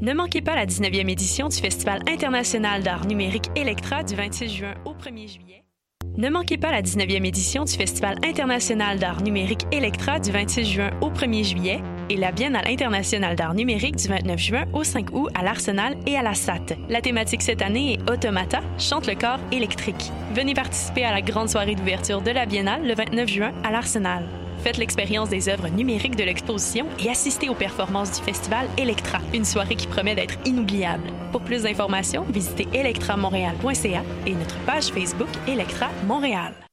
Ne manquez pas la 19e édition du Festival international d'art numérique Electra du 26 juin au 1er juillet. Ne manquez pas la 19e édition du Festival international d'art numérique Electra du 26 juin au 1er juillet et la Biennale internationale d'art numérique du 29 juin au 5 août à l'Arsenal et à la SAT. La thématique cette année est Automata, chante le corps électrique. Venez participer à la grande soirée d'ouverture de la Biennale le 29 juin à l'Arsenal. Faites l'expérience des œuvres numériques de l'exposition et assistez aux performances du festival Electra, une soirée qui promet d'être inoubliable. Pour plus d'informations, visitez electramontréal.ca et notre page Facebook Electra Montréal.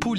Pool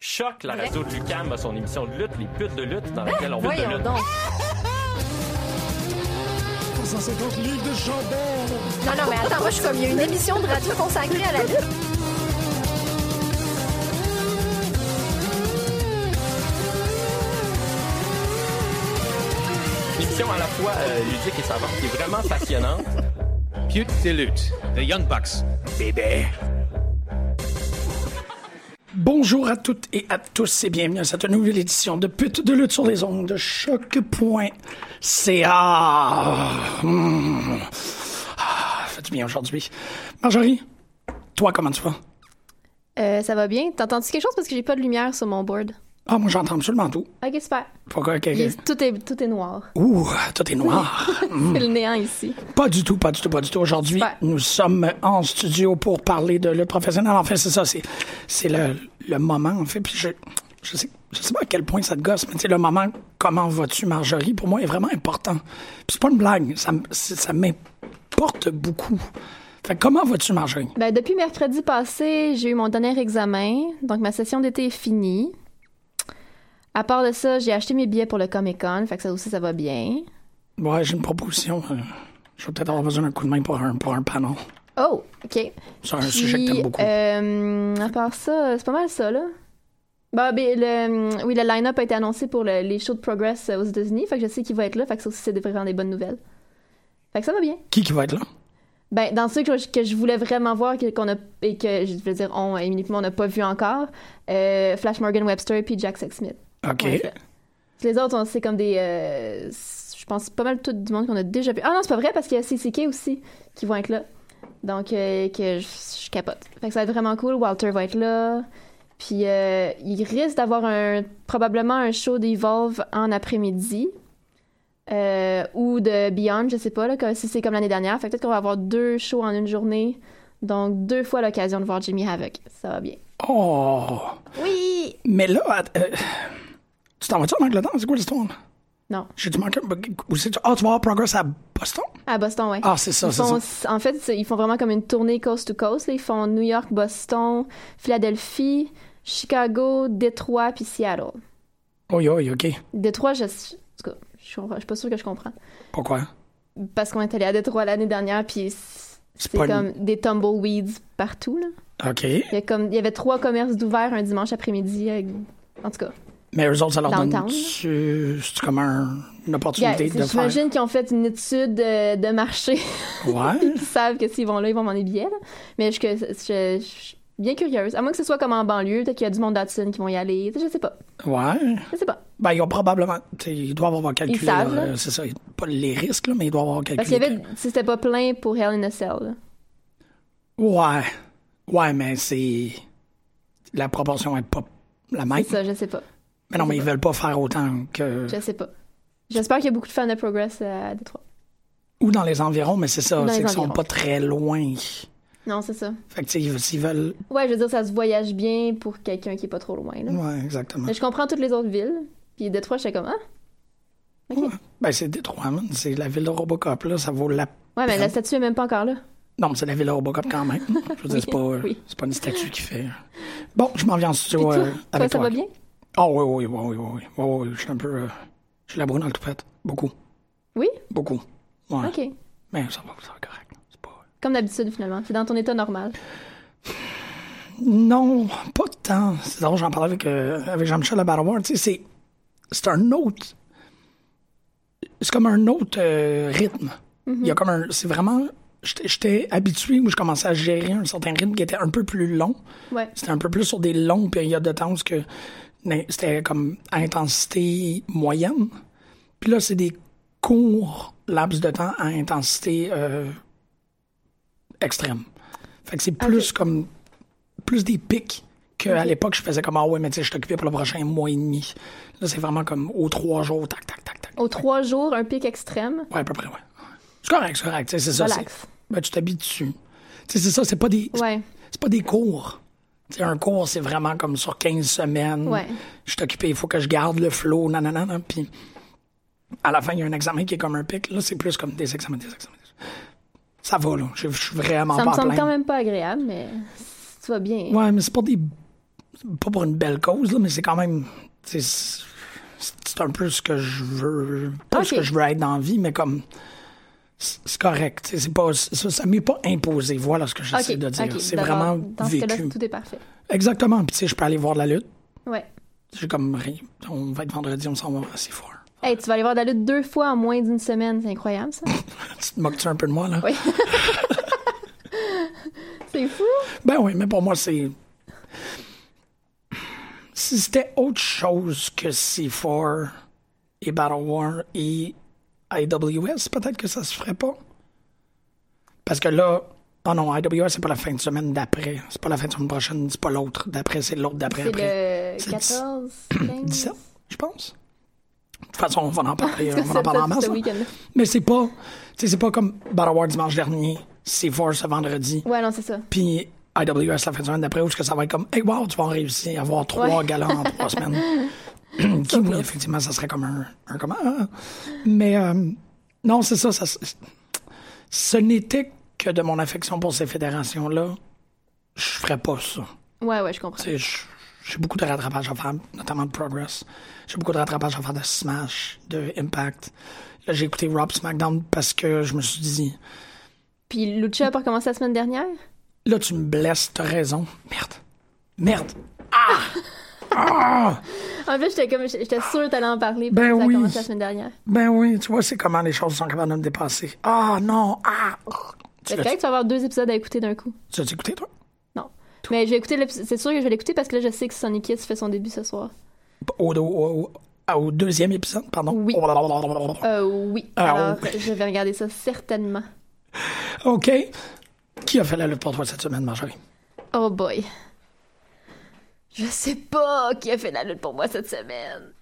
Choc, la radio du CAM a son émission de lutte, les putes de lutte, dans laquelle on veut de Ben, Voyons lutte. donc. Non, non, mais attends, moi, je suis comme, il y a une émission de radio consacrée à la lutte. Une émission à la fois euh, ludique et savante qui est vraiment passionnante. Pute de lutte, The Young Bucks. Bonjour à toutes et à tous et bienvenue à cette nouvelle édition de Pute de lutte sur les ondes de choc.ca. Mmh. Ah, fait du bien aujourd'hui. Marjorie, toi, comment tu vas? Euh, ça va bien? T'entends-tu quelque chose? Parce que j'ai pas de lumière sur mon board. Ah, moi, j'entends absolument tout. Ok, super. Pourquoi? que- J'ai- Tout, est, tout est noir. Ouh, tout est noir. C'est le néant ici. Pas du tout, pas du tout, pas du tout. Aujourd'hui, Super. nous sommes en studio pour parler de lutte professionnelle. En fait, c'est ça, c'est, c'est le, le moment, en fait. Puis je, je, sais, je sais pas à quel point ça te gosse, mais tu sais, le moment « Comment vas-tu, Marjorie? » pour moi est vraiment important. Puis c'est pas une blague, ça, m- c'est- ça m'importe beaucoup. Fait que comment vas-tu, Marjorie? Ben, depuis mercredi passé, j'ai eu mon dernier examen, donc ma session d'été est finie. À part de ça, j'ai acheté mes billets pour le Comic Con, fait que ça aussi, ça va bien. Ouais, j'ai une proposition. euh, Je vais peut-être avoir besoin d'un coup de main pour un, pour un panel. Oh, ok. C'est un sujet que Puis, t'aimes beaucoup. euh, à part ça, c'est pas mal ça, là. Bah, ben, le, oui, le line-up a été annoncé pour le- les shows de Progress euh, aux États-Unis, fait que je sais qu'il va être là, fait que ça aussi, c'est des- vraiment des bonnes nouvelles. Fait que ça va bien. Qui qui va être là? Ben, dans ceux que je, que je voulais vraiment voir que- qu'on a, et que, je veux dire, on, Émilie et moi, on n'a pas vu encore, euh, Flash Morgan Webster puis Jack Sexsmith. OK. Ouais, fait. Les autres, on- c'est comme des... euh, je pense pas mal tout du monde qu'on a déjà vu. Ah non, c'est pas vrai, parce qu'il y a CCK aussi qui vont être là. Donc, euh, que je, je capote. Fait que ça va être vraiment cool. Walter va être là. Puis, euh, il risque d'avoir un, probablement un show d'Evolve en après-midi. Euh, ou de Beyond, je sais pas, là, comme- si c'est comme l'année dernière. Fait que peut-être qu'on va avoir deux shows en une journée. Donc, deux fois l'occasion de voir Jimmy Havoc. Ça va bien. Oh! Oui! Mais là, att- euh, tu t'en vas-tu en Angleterre? C'est quoi l'histoire? là? Non. J'ai dû manquer. Où c'est- Ah, tu vas avoir Progress à Boston? À Boston, ouais. Ah, c'est ça, Ils c'est font- ça. En fait, c'est- ils font vraiment comme une tournée coast to coast. là. Ils font New York, Boston, Philadelphie, Chicago, Détroit, puis Seattle. Oui, oui, OK. Détroit, je, en tout cas, je, comprends- je suis pas sûre que je comprends. Pourquoi? Parce qu'on est allé à Détroit l'année dernière, puis c- C'est c'est pas comme des tumbleweeds partout. Là. OK. Il, y a comme, il y avait trois commerces d'ouvert un dimanche après-midi. euh, En tout cas, Mais eux autres, ça leur Downtown. donne. C'est c'est comme un- une Gars, opportunité de faire. J'imagine qu'ils ont fait une étude euh, de marché. Ouais. Ils savent que s'ils vont là, ils vont vendre des billets. là. Mais je, que- je- je- je suis bien curieuse. À moins que ce soit comme en banlieue, peut-être qu'il y a du monde d'Hudson qui vont y aller. Je sais pas. Ouais. Je sais pas. Ben, ils ont probablement. tu sais, Ils doivent avoir calculé. Ils savent, leur- là. C'est ça. Pas les risques, là, mais ils doivent avoir calculé. Parce qu'il y avait, c'était pas plein pour Hell in a Cell. là. Ouais. Ouais, mais c'est. La proportion est pas la même. C'est ça, je sais pas. Mais non, mais ils veulent pas faire autant que. Je sais pas. J'espère qu'il y a beaucoup de fans de Progress euh, à Détroit. Ou dans les environs, mais c'est Ou ça. dans C'est les qu'ils sont environs. pas très loin. Non, c'est ça. Fait que, tu sais, ils- s'ils veulent. Ouais, je veux dire, ça se voyage bien pour quelqu'un qui est pas trop loin. Là. Ouais, exactement. Mm. Mais je comprends toutes les autres villes. Puis Détroit, j'étais comme, ah, Ben, c'est Détroit, man. C'est la ville de Robocop, là. Ça vaut la. ouais, mais la statue est même pas encore là. Non, mais c'est la ville de Robocop quand même. Je veux dire, c'est pas, euh, Oui. c'est pas une statue qui fait. euh. Bon, je m'en viens en Puis studio toi, euh, toi, avec ça toi. va bien? Ah oui, oui, oui, oui, oui, oui, oui, oui, je suis un peu... euh, je suis la brune dans le toupette. Beaucoup, Oui? beaucoup. Ouais. Ok. Mais ça va, ça va correct. C'est pas- Comme d'habitude, finalement. C'est dans ton état normal. Non, pas tant. C'est drôle, j'en parlais avec, euh, avec Jean-Michel Labarouard. Tu sais, c'est... C'est un autre... C'est comme un autre euh, rythme. Il y a comme un... C'est vraiment... J'étais- J'étais habitué où je commençais à gérer un certain rythme qui était un peu plus long. Ouais. C'était un peu plus sur des longues périodes de temps parce que mais c'était comme à intensité moyenne. Puis là, c'est des courts laps de temps à intensité euh, extrême. Fait que c'est plus comme plus des pics qu'à l'époque, je faisais comme Ah ouais, mais tu sais, je t'occupais pour le prochain mois et demi. Là, c'est vraiment comme aux trois jours, tac, tac, tac, tac. Aux trois jours, un pic extrême. Ouais, à peu près, ouais. C'est correct, c'est correct. tu sais, C'est ça. c'est- Relax. Ben, tu t'habilles dessus. Tu sais, c'est ça, c'est pas des. Ouais. C'est pas des cours. Tu sais, un cours, c'est vraiment comme sur 15 semaines. Ouais. Je suis occupé, il faut que je garde le flow, nanana. nan, Puis à la fin, il y a un examen qui est comme un pic. Là, c'est plus comme des examens, des examens. des- Ça va, là. Je je suis vraiment Ça pas me à semble plaindre. quand même pas agréable, mais tu vas bien. Ouais, mais c'est pas des. c'est Pas pour une belle cause, là, mais c'est quand même. tu sais, C'est c'est un peu ce que je veux. Pas ce Ok. que je veux être dans la vie, mais comme. C'est c'est correct. tu sais, C'est pas, ça ça m'est pas imposé. Voilà ce que Ok, j'essaie de dire. ok. C'est D'abord, vraiment Dans ce cas-là, vécu. tout est parfait. Exactement. Puis, tu sais, je peux aller voir de la lutte. Ouais. J'ai comme rien. On va être vendredi, on s'en va assez fort. Hey, tu vas aller voir de la lutte deux fois en moins d'une semaine. C'est incroyable, ça. Tu te moques-tu un peu de moi, là? Oui. C'est fou. Ben oui, mais pour moi, c'est. Si c'était autre chose que C4 et Battle War et IWS, peut-être que ça se ferait pas. Parce que là, oh non, IWS, c'est pas la fin de semaine d'après. C'est pas la fin de semaine prochaine, c'est pas l'autre d'après, c'est l'autre d'après. C'est après. le C'est 14, 17, 15. je pense. De toute façon, on va en parler, En tout cas, on va en parler en hein? c'est- c'est masse. ce là. week-end-là. Mais c'est pas, tu sais, c'est pas comme Battle War dimanche dernier, c'est Force ce vendredi, Ouais, non, c'est ça. puis IWS la fin de semaine d'après, où est-ce que ça va être comme, hey, wow, tu vas en réussir à avoir trois Ouais. galants en trois semaines. Qui, oui, effectivement, ça serait comme un, un comment. ah. Mais euh, non, c'est ça, ça. Ce n'était que de mon affection pour ces fédérations-là, je ferais pas ça. Ouais, ouais, je comprends. Tu sais, je- j'ai beaucoup de rattrapage à faire, notamment de Progress. J'ai beaucoup de rattrapage à faire de Smash, de Impact. Là, j'ai écouté Rob SmackDown parce que je me suis dit, Puis Lucha a pas commencé la semaine dernière? là, tu me blesses, t'as raison. Merde. Merde. En fait, j'étais comme, j'étais sûre que t'allais en parler parce Ben que ça a oui. commencé la semaine dernière. Ben oui, tu vois, c'est comment les choses sont capables de me dépasser. Ah non, ah. Tu C'est l'as- correct, tu vas avoir deux épisodes à écouter d'un coup. tu l'as-tu écouté, toi? Non. Mais je vais écouter l'épisode- C'est sûr que je vais l'écouter parce que là, je sais que Sonny Kids fait son début ce soir. Au, au- au- au deuxième épisode, pardon? Oui. Euh, oui. Ah, Alors, je vais regarder ça certainement. OK. Qui a fait la lutte pour toi cette semaine, Marjorie? Oh boy. Je sais pas qui a fait la lutte pour moi cette semaine.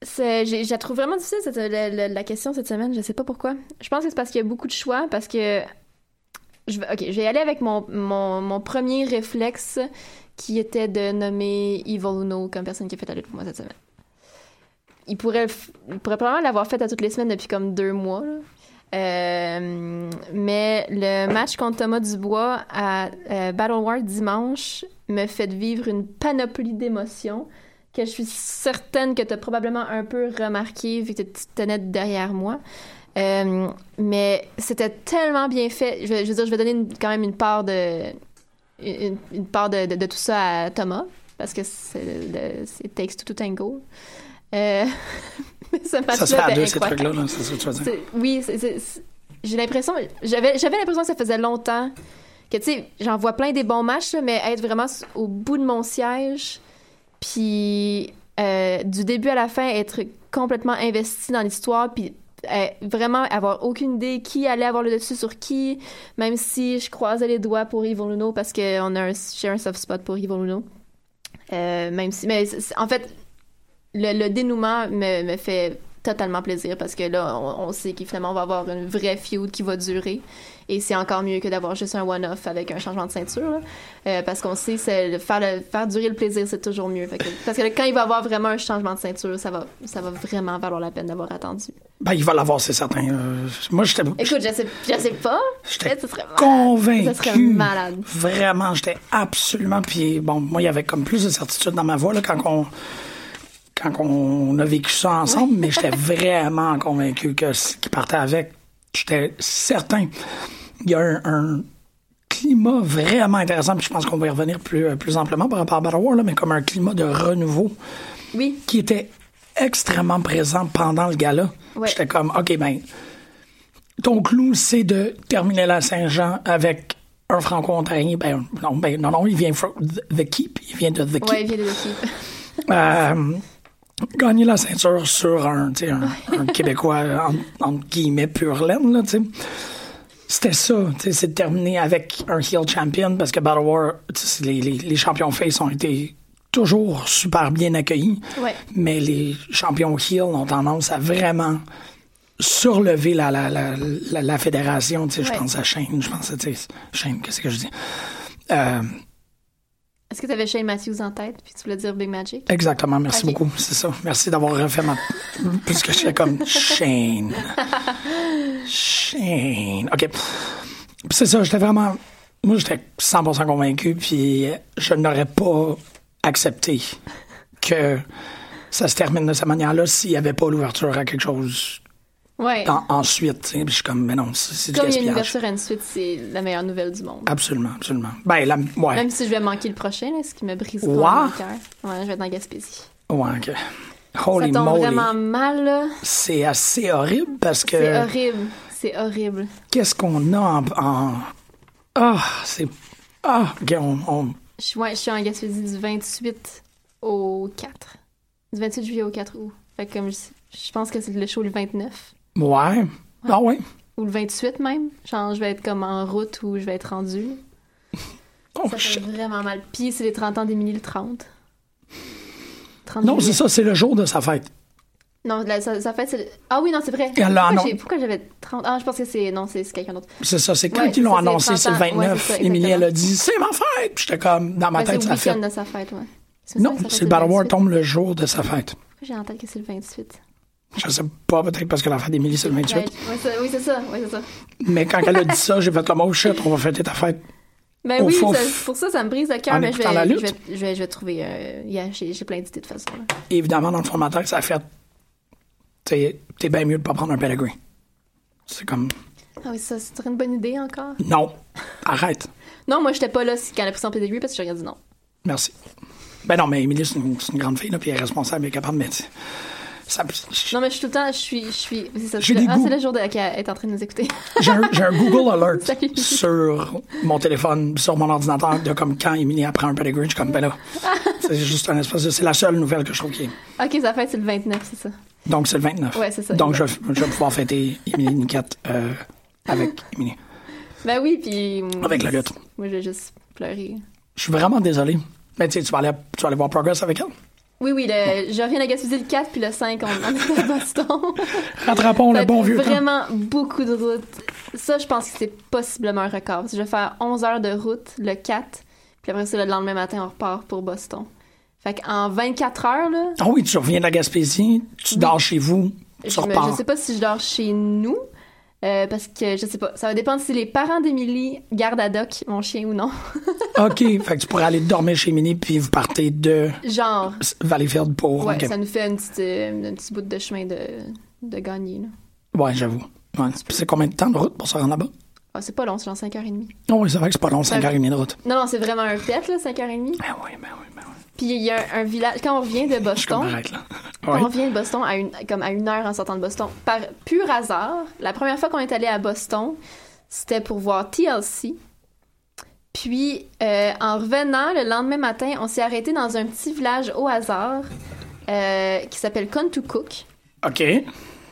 C'est- j'ai- Je la trouve vraiment difficile, cette- la, la- la question cette semaine. Je sais pas pourquoi. Je pense que c'est parce qu'il y a beaucoup de choix, parce que... Je vais, ok, je vais y aller avec mon, mon, mon premier réflexe qui était de nommer Evil Uno comme personne qui a fait la lutte pour moi cette semaine. Il pourrait, le f- il pourrait probablement l'avoir faite à toutes les semaines depuis comme deux mois. là. Euh, mais le match contre Thomas Dubois à euh, Battle War dimanche me fait vivre une panoplie d'émotions que je suis certaine que tu as probablement un peu remarqué vu que tu te tenais derrière moi. Euh, mais c'était tellement bien fait. Je, vais- je veux dire, je vais donner une- quand même une part de une, une part de, de- de tout ça à Thomas. parce parce que c'est le- c'est Takes Two to Tango. Euh, mais ce match-là Ça se fait à était deux, ces incroyable. trucs-là, là, c'est ça que tu veux dire. C'est- Oui, c'est- c'est- c'est- j'ai l'impression, j'avais j'avais l'impression que ça faisait longtemps que, tu sais, j'en vois plein des bons matchs, là, mais être vraiment s- au bout de mon siège, puis euh, du début à la fin, être complètement investi dans l'histoire, puis euh, vraiment avoir aucune idée qui allait avoir le dessus sur qui, même si je croisais les doigts pour Yvon Luno parce que on a un, j'ai un soft spot pour Yvon Luno. Euh, même si, mais c'est- c'est- en fait, le, le dénouement me, me fait totalement plaisir parce que là, on, on sait qu'il finalement on va avoir une vraie feud qui va durer et c'est encore mieux que d'avoir juste un one-off avec un changement de ceinture là. Euh, parce qu'on sait c'est le- faire le- faire durer le plaisir c'est toujours mieux Fait que- parce que quand il va y avoir vraiment un changement de ceinture ça va ça va vraiment valoir la peine d'avoir attendu. Ben, il va l'avoir, c'est certain. Euh, moi, j'étais Écoute je sais je sais pas j'étais mais ce serait malade. convaincu. ça serait malade. Vraiment, j'étais absolument. Puis bon, moi, il y avait comme plus de certitude dans ma voix là, quand on quand on a vécu ça ensemble, mais j'étais vraiment convaincu que ce qui partait avec, j'étais certain. Il y a un, un climat vraiment intéressant, puis je pense qu'on va y revenir plus, euh, plus amplement par rapport à Battle War, là, mais comme un climat de renouveau Oui. qui était extrêmement présent pendant le gala. Ouais. J'étais comme, OK, ben, ton clou, c'est de terminer la Saint-Jean avec un franco-ontarien. Ben, non, ben, non, non, il vient from The Keep. Il vient de The Keep. Ouais, il vient de l'équipe. Euh, gagner la ceinture sur un, tu sais, un, un Québécois, en- entre guillemets, pure laine, là, tu sais. C'était ça, tu sais, c'est de terminer avec un heel champion parce que Battle War, tu sais, les, les- les champions face ont été toujours super bien accueillis, Ouais. mais les champions heel ont tendance à vraiment surlever la, la, la, la, la fédération, tu sais, Ouais. je pense à Shane, je pense à, tu sais, Shane, qu'est-ce que je dis? Euh, Est-ce que tu avais Shane Matthews en tête puis tu voulais dire Big Magic Exactement, merci Ok. beaucoup, c'est ça. Merci d'avoir refait ma... Puisque je fais comme Shane. Shane. OK. Puis c'est ça, j'étais vraiment... Moi, j'étais 100% convaincu, puis je n'aurais pas accepté que ça se termine de cette manière-là s'il n'y avait pas l'ouverture à quelque chose Ouais. en- ensuite. tu sais. Puis je suis comme, mais non, c'est c'est Eh. du Comme il y a une gaspillage. ouverture à une suite, c'est la meilleure nouvelle du monde. Absolument, absolument. Ben, la... ouais. Même si je vais manquer le prochain, là, ce qui me brise Ouais. vraiment le cœur. Ouais, je vais être dans Gaspésie. Ouais, OK. Holy ça tombe moly. vraiment mal, là. C'est assez horrible parce que... C'est horrible. C'est horrible. qu'est-ce qu'on a en. en- Ah, c'est. Ah, ok, on. on- Je suis, ouais, je suis en Gaspésie du 28 au 4. Du 28 juillet au 4 août. Fait que comme je, je pense que c'est le show le 29. Ouais. Ah, ouais. Ou le 28 même. Genre, je vais être comme en route ou je vais être rendu. Oh, Ça fait shit. vraiment mal. Puis c'est les 30 ans d'Émilie le 30. 30 Non, c'est juillet. ça, c'est le jour de sa fête. Non, la- sa, sa fête, c'est... le- Ah oui, non, c'est vrai. Elle l'a pourquoi, annon- j'ai- pourquoi j'avais 30... Ah, je pense que c'est... Non, c'est, c'est quelqu'un d'autre. C'est ça, c'est quand Ouais, ils l'ont ça, c'est annoncé, c'est le 30 ans. Ouais, 29. c'est ça, Émilie, elle exactement. a dit C'est ma fête. Puis j'étais comme, dans ma Ouais, tête, c'est ça le fait. week-end de sa fête, ouais. C'est Non, ça, ça, c'est le Battle War 28. tombe le jour de sa fête. Pourquoi J'ai en tête que c'est le 28. Je sais pas, peut-être parce que la fête d'Émilie, c'est le 28. Ouais, ouais, ça- oui, c'est ça. Ouais, c'est ça. Mais quand elle a dit ça, j'ai fait comme, oh shit, on va fêter ta fête. Ben Au oui, fond, ça- pour ça, ça me brise le cœur, en mais je vais, écoutant la je, lutte. vais, je, vais, je vais trouver... euh, yeah, j'ai, j'ai plein d'idées de toute façon. là. Et évidemment, dans le fond de ma tête, ça a fait. T'es t'es bien mieux de pas prendre un pedigree. C'est comme, Ah oui, ça, c'est une bonne idée encore. non, arrête. Non, moi, j'étais pas là si- quand elle a pris son pédigree parce que j'ai rien dit non. Merci. Ben non, mais Émilie, c'est une, c'est une grande fille, là, puis elle est responsable, elle est capable, mais tu- ça- Non, mais je suis tout le temps... Je suis... Je suis c'est ça, c'est J'ai le- des ah, goûts. c'est le jour de... Ok, elle est en train de nous écouter. J'ai un, j'ai un Google Alert Salut. sur mon téléphone, sur mon ordinateur, de comme quand Émilie apprend un pedigree, je suis comme, ben là, c'est juste un espèce de... C'est la seule nouvelle que je trouve qui est... ok, sa fête, c'est le 29, c'est ça. Donc, c'est le 29. Ouais, c'est ça. Donc, je, je vais pouvoir fêter Émilie Niquette euh, avec Émilie, Ben oui, puis... avec la lutte. Moi, je vais juste pleurer. Je suis vraiment désolé. Mais tu sais, tu vas aller, tu vas aller voir Progress avec elle. Oui, oui, le, je reviens à Gaspésie le 4 puis le 5, on on est à Boston. Rattrapons le Fait bon vieux temps. Ben, Vraiment beaucoup de routes. Ça, je pense que c'est possiblement un record. Parce que je vais faire 11 heures de route le 4, puis après ça, le lendemain matin, on repart pour Boston. Fait qu'en 24 heures, là, Ah oui, tu reviens de la Gaspésie, tu dors chez vous, tu je, me- repars. je sais pas si je dors chez nous, euh, parce que je sais pas. Ça va dépendre si les parents d'Émilie gardent à Doc mon chien ou non. OK, fait que tu pourrais aller dormir chez Minnie, puis vous partez de Genre, Valleyfield pour... ouais, ok. ça nous fait une petite, euh, un petit bout de chemin de, de gagner, là. Ouais, j'avoue. Ouais. Puis C'est combien de temps de route pour se rendre là-bas? Ah, c'est pas long, c'est genre 5h30. Non, oui, c'est vrai que c'est pas long, 5 Ouais. h 30 de route. Non, non, c'est vraiment un pet, là, 5h30. Ben oui, ben oui, ben oui. Puis il y a un, un village. Quand on revient de Je suis comme, Boston, arrête, là. quand Ouais. on revient de Boston à une, comme à une heure en sortant de Boston, par pur hasard, la première fois qu'on est allé à Boston, c'était pour voir TLC. Puis euh, en revenant le lendemain matin, on s'est arrêté dans un petit village au hasard euh, qui s'appelle Contoocook, OK.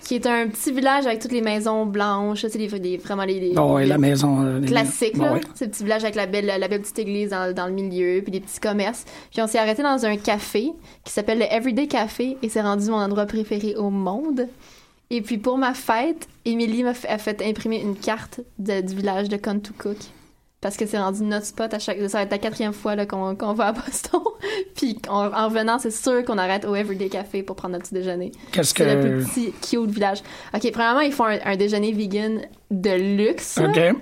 qui est un petit village avec toutes les maisons blanches, c'est vraiment les, les- Bon, ouais, les- la maison. euh, les- classique, Bon, là. ouais. C'est le petit village avec la belle, la belle petite église dans, dans le milieu, puis des petits commerces. Puis on s'est arrêté dans un café qui s'appelle le Everyday Café et c'est rendu mon endroit préféré au monde. Et puis pour ma fête, Émilie m'a fait, a fait imprimer une carte de- du village de Contoocook. Parce que c'est rendu notre spot à chaque. Ça va être la quatrième fois là, qu'on qu'on va à Boston. Puis en- en revenant, c'est sûr qu'on arrête au Everyday Café pour prendre notre petit déjeuner. Qu'est-ce C'est le que. plus petit cute village. Ok, premièrement, ils font un, un déjeuner vegan de luxe. là. OK.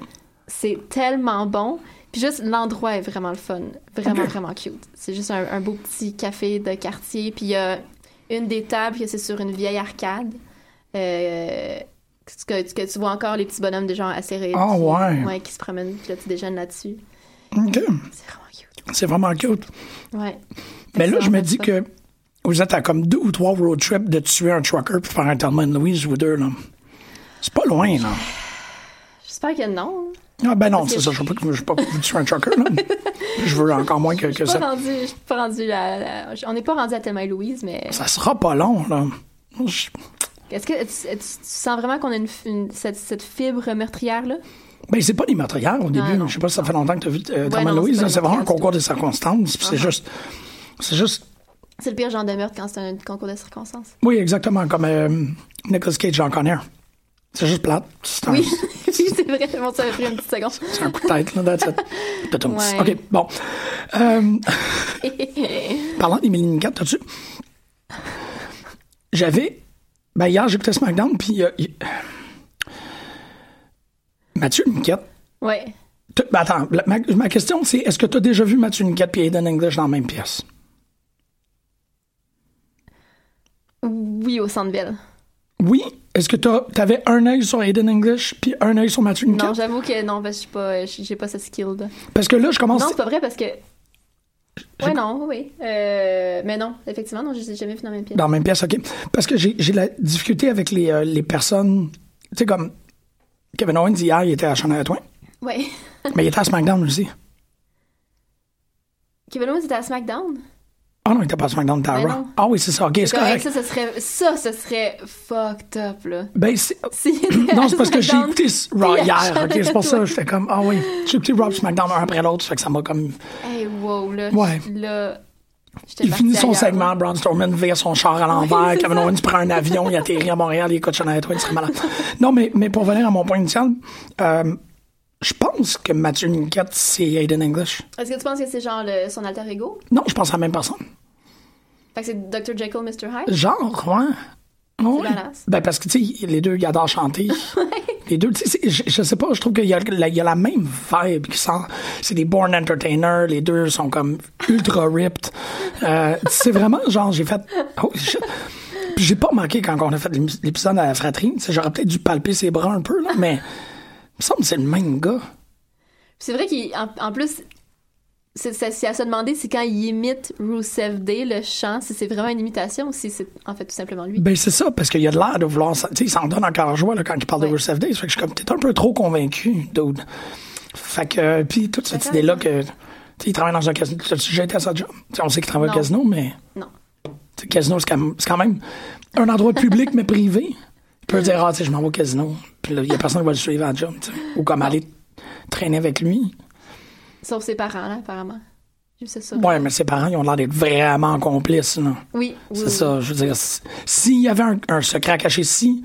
C'est tellement bon. Puis juste l'endroit est vraiment le fun. Vraiment, vraiment cute. C'est juste un, un beau petit café de quartier. Puis il y a une des tables que c'est sur une vieille arcade. Euh, que, que- que tu vois encore les petits bonhommes de genre assez riches. Ah, ouais. qui se promènent. Puis là, tu déjeunes là-dessus. OK. C'est vraiment cute. C'est vraiment cute. Ouais. Mais là, je me Excellent, dis ça. que vous êtes à comme deux ou trois road trips de tuer un trucker puis faire un Thelma and Louise ou deux, là. C'est pas loin, là. J'espère que non. Ah, ben non, Parce c'est que- ça. Je veux pas que je veux pas que vous tuer un trucker, là. je veux encore moins que, que Je suis ça. pas rendu, je suis pas rendu à- à- on n'est pas rendu à Thelma et Louise, mais Ça sera pas long, là. Je- est-ce que tu, tu- tu sens vraiment qu'on a une, f- une- cette, cette fibre meurtrière-là? Ben, c'est pas des meurtrières au début. non. Je sais pas si ça fait longtemps que t'as vu euh, Ouais, Thelma non, Louise. c'est là. pas Uh-huh. C'est vraiment un meurtrière, concours de circonstances. puis c'est juste. C'est juste. C'est le pire genre de meurtre quand c'est un concours de circonstances. Oui, exactement. Comme euh, Nicolas Cage, Jean Connor. C'est juste plate. C'est un, Oui, oui c'est vrai. Bon, ça m'a pris une petite seconde. c'est un coup de tête, là. That's it. Tout, tout. Ouais. OK, bon. Euh, Parlant des Millennium t'as-tu? J'avais. Ben, hier, j'écoutais SmackDown, puis. euh, il- Mathieu Niquette. ouais. t'as- Ben, attends, la- ma, ma question, c'est est-ce que tu as déjà vu Mathieu Niquette et Aiden English dans la même pièce? Oui, au Centre Bell. Oui. Est-ce que tu avais un œil sur Aiden English puis un œil sur Mathieu Non, Niquette? j'avoue que non, parce que je suis pas, j'ai j'ai pas ce skill là. Parce que là, je commence. Non, c'est pas vrai parce que. Ouais, non, oui. oui. Euh, mais non, effectivement, non, je les ai jamais vu dans la même pièce. Dans la même pièce, OK. Parce que j'ai j'ai la difficulté avec les, euh, les personnes. Tu sais, comme Kevin Owens, hier, il était à Chanel Twain, Ouais. mais il était à SmackDown aussi. Kevin Owens était à SmackDown. Ah non, il était pas à SmackDown, il était à Ben Raw. non. Ah oui, c'est ça, OK, c'est Correct, correct. ça, ce serait, ça, ce serait fucked up, là. Ben, c'est- Si non, c'est parce que j'ai SmackDown, écouté Raw puis à hier, OK, c'est pour ça, Charlotte. j'étais comme, ah oui, j'ai écouté Raw SmackDown un après l'autre, ça fait que ça m'a comme... Hey, wow, là. Ouais. Là. j'étais Il partie finit son ailleurs, segment, là. Braun Strowman vire son char à l'envers, Kevin Owens prend un avion, il atterrit à Montréal, il écoute Chanel Twain, il serait malade. Non, mais, mais pour venir à mon point initial, euh, je pense que Mathieu Niquette, c'est Aiden English. Est-ce que tu penses que c'est genre le- son alter ego? Non, je pense à la même personne. Fait que c'est Dr. Jekyll, Mr. Hyde? Genre, ouais. Ouais. badass. Ben parce que, tu sais, les deux, ils adorent chanter. les deux, tu sais, c'est- je, je sais pas, je trouve qu'il y, a la- il y a la même vibe qui sent. C'est des born entertainers, les deux sont comme ultra ripped. Euh, c'est vraiment, genre, j'ai fait. Oh, shit. Puis j'ai pas manqué quand on a fait l'émi- l'épisode à la fratrie. Tu sais, J'aurais peut-être dû palper ses bras un peu, là, mais il me semble que c'est le même gars. C'est vrai qu'en en plus, c'est c'est- c'est à se demander si quand il imite Rusev Day, le chant, si c'est vraiment une imitation ou si c'est en fait tout simplement lui. Ben c'est ça, parce qu'il a de l'air de vouloir. s'en- Tu sais, il s'en donne encore joie là, quand il parle de Ouais. Rusev Day. Ça fait que je suis comme, t'es un peu trop convaincu, dude. Fait que, euh, puis toute cette D'accord. idée-là que. Tu sais, il travaille dans un casino. Tu as déjà été à sa job? Tu sais, on sait qu'il travaille au Non. casino, mais. Non. tu sais, casino, c'est quand, même- c'est quand même un endroit public, mais privé. Il Mm. peut dire, ah, tu sais, je m'en vais au casino. Puis là, il y a personne qui va le suivre à la job, tu sais. Ou comme aller traîner avec lui. Sauf ses parents, là, apparemment. Juste ça. Ouais, mais ses parents, ils ont l'air d'être vraiment complices, là. Oui, oui. C'est oui. ça, je veux dire, si- s'il y avait un, un secret à cacher, si,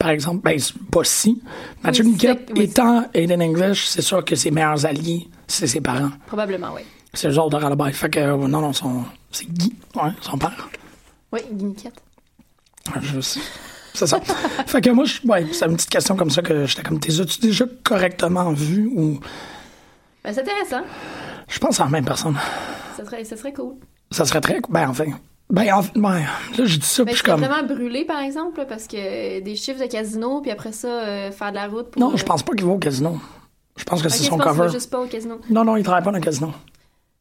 par exemple, ben, c'est pas si, Mathieu Oui, Niquette c'est- oui. étant Aiden English, c'est sûr que ses meilleurs alliés, c'est ses parents. Probablement, oui. C'est eux autres de Ralabai. Fait que, euh, non, non, son, c'est Guy, ouais, son père. Oui, Guiniquette. Ouais, je sais. C'est ça. fait que moi, je- ouais, c'est une petite question comme ça que j'étais comme, t'es as-tu déjà correctement vu ou. Ben, c'est intéressant. Je pense à la même personne. Ça serait, ça serait cool. Ça serait très. Ben, enfin. Ben, en- ouais, là, j'ai dit ça, Mais puis je Ben, je serais suis comme. vraiment brûlé, par exemple, là, parce que euh, des chiffres de casino, puis après ça, euh, faire de la route pour. Non, euh, je pense pas qu'il va au casino. Je pense que Ok, c'est je son pense qu'il va cover. juste pas au casino. Non, non, il travaille pas dans le casino.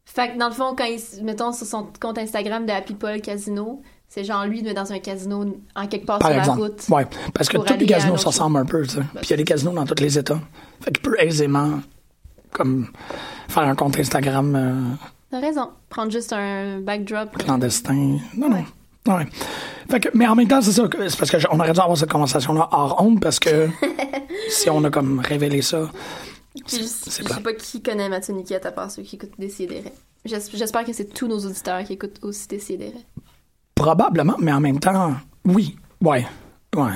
Fait que dans le fond, quand il, mettons sur son compte Instagram de Happy Paul Casino, c'est genre lui, mais dans un casino en quelque part Par sur exemple. la route. Ouais, parce que pour tous les aller à casinos l'autre Ben, se ressemblent un peu, tu sais. Puis il y a des casinos dans tous les États. Fait qu'il peut aisément, comme, faire un compte Instagram euh, T'as raison. Prendre juste un backdrop. clandestin. Non, non. Ouais. Fait que, mais en même temps, c'est ça. que- C'est parce qu'on aurait dû avoir cette conversation-là hors honte parce que si on a comme révélé ça, Puis je c'est je sais pas qui connaît Mathieu Niquette à part ceux qui écoutent Décideret. J'es- J'espère que c'est tous nos auditeurs qui écoutent aussi Décideret. probablement, mais en même temps, oui. Ouais. Ouais.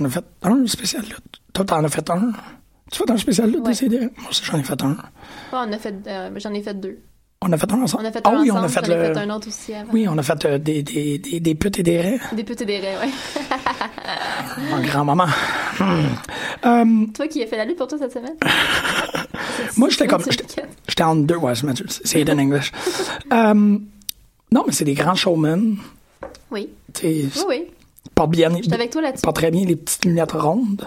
On a fait un spécial lutte. Toi, t'en as fait un. Tu fais un spécial lutte, Ouais. décidé. Moi aussi, j'en ai fait un. Ouais, on a fait, euh, j'en ai fait deux. On a fait un ensemble. On a fait ah un oui, ensemble, on a fait j'en ai le. fait un autre aussi avant. Oui, on a fait euh, des, des, des, des putes et des raies Des petits dérets, ouais. Ah. en grand-maman. Hmm. Euh, Toi qui as fait la lutte pour toi cette semaine? moi, j'étais comme. Mathieu j'étais- Niquette. J'étais en deux, ouais, c'est Mathieu. C'est hidden English. Euh, non, mais c'est des grands showmen. Oui, Tu oui, sais, oui. portent bien, J'étais avec toi là-dessus. portent très bien les petites lunettes rondes.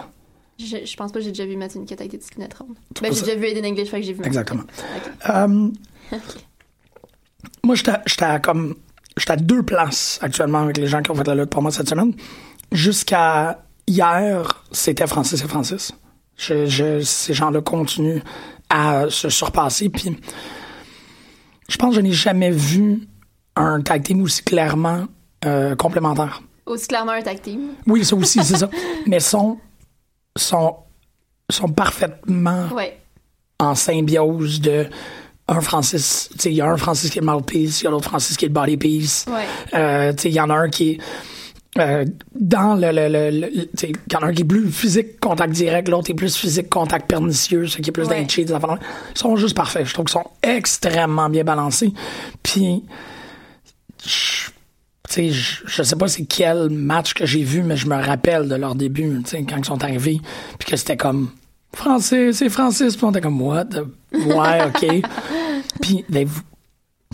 Je, je pense pas que j'ai déjà vu Mathieu Niquette avec des petites lunettes rondes. pas Ben, j'ai ça. déjà vu Aiden English, fait que j'ai vu Mathieu Exactement. Niquette. Ok. Euh, Ok. moi, j'étais j'étais à comme. J'étais à deux places actuellement avec les gens qui ont fait la lutte pour moi cette semaine. Jusqu'à hier, c'était Francis et Francis. Je, je- ces gens-là continuent à se surpasser. Puis, je pense que je n'ai jamais vu un tag team aussi clairement euh, complémentaire. Aussi clairement un tag team. Oui, ça aussi, c'est ça. Mais sont, sont, sont parfaitement Ouais. en symbiose de un Francis, tu sais, il y a un Francis qui est le mouthpiece, il y a l'autre Francis qui est le bodypiece. Ouais. Euh, tu sais, il y en a un qui est euh, dans le, le, le, le- le- tu sais, il y en a un qui est plus physique contact direct, l'autre est plus physique contact pernicieux, celui qui est plus Ouais. dans les cheats, des affaires de même. Ils sont juste parfaits. Je trouve qu'ils sont extrêmement bien balancés. Puis, je- tu sais, je je sais pas c'est quel match que j'ai vu, mais je me rappelle de leur début, tu sais, quand ils sont arrivés, puis que c'était comme Francis, c'est Francis, puis on était comme what, the- ouais, ok, puis they've-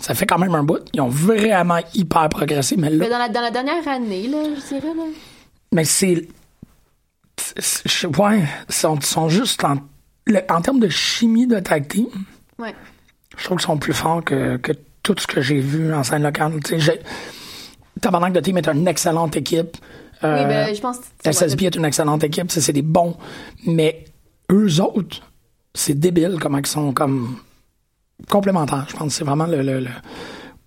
ça fait quand même un bout, ils ont vraiment hyper progressé, mais là, Mais Ben, dans la, dans la dernière année, là, je dirais, là. mais c'est. c'est- je- Ouais, ils sont, ils sont juste en. le- en termes de chimie de tag team, Ouais. je trouve qu'ils sont plus forts que, que tout ce que j'ai vu en scène locale. Tu sais, j'ai- Tabarnak de team est une excellente équipe. Oui, Euh, ben, je pense. que- SSB est une excellente équipe, ça, c'est des bons. Mais eux autres, c'est débile comment ils sont comme complémentaires. Je pense que c'est vraiment le, le, le,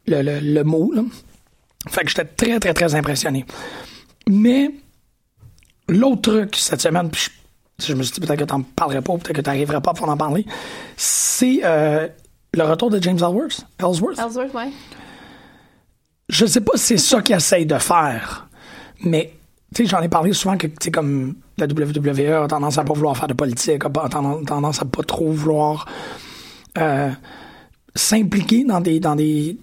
le- le- le mot. là. Fait que j'étais très, très, très impressionné. Mais l'autre truc cette semaine, puis je, je me suis dit peut-être que t'en parlerais pas, peut-être que t'arriverais pas pour en parler, c'est euh, le retour de James Ellsworth. Ellsworth. Ellsworth, ouais. Je sais pas si c'est ça qu'ils essayent de faire, mais tu sais, j'en ai parlé souvent que tu sais, comme la WWE a tendance à pas vouloir faire de politique, a pas- tendance, tendance à pas trop vouloir euh, s'impliquer dans des dans des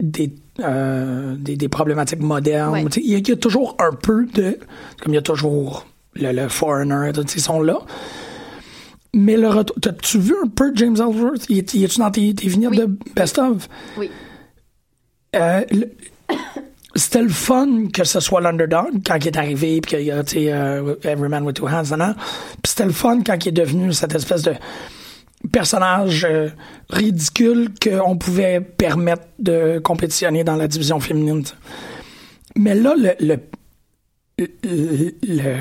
des, euh, des, des problématiques modernes. Ouais. Tu sais, Il y, a- il y a toujours un peu de comme il y a toujours le, le foreigner, tu sais, ils sont là. Mais le retour, t'as-tu vu un peu James Ellsworth? Il est- il est-tu dans tes, tes vignettes Oui. de Best of? Oui. Euh, le- c'était le fun que ce soit l'underdog quand il est arrivé, puis qu'il y a, tu sais, euh, Every Man with Two Hands, and all. Puis c'était le fun quand il est devenu cette espèce de personnage euh, ridicule qu'on pouvait permettre de compétitionner dans la division féminine. tu sais. Mais là, le. le- le- le- le-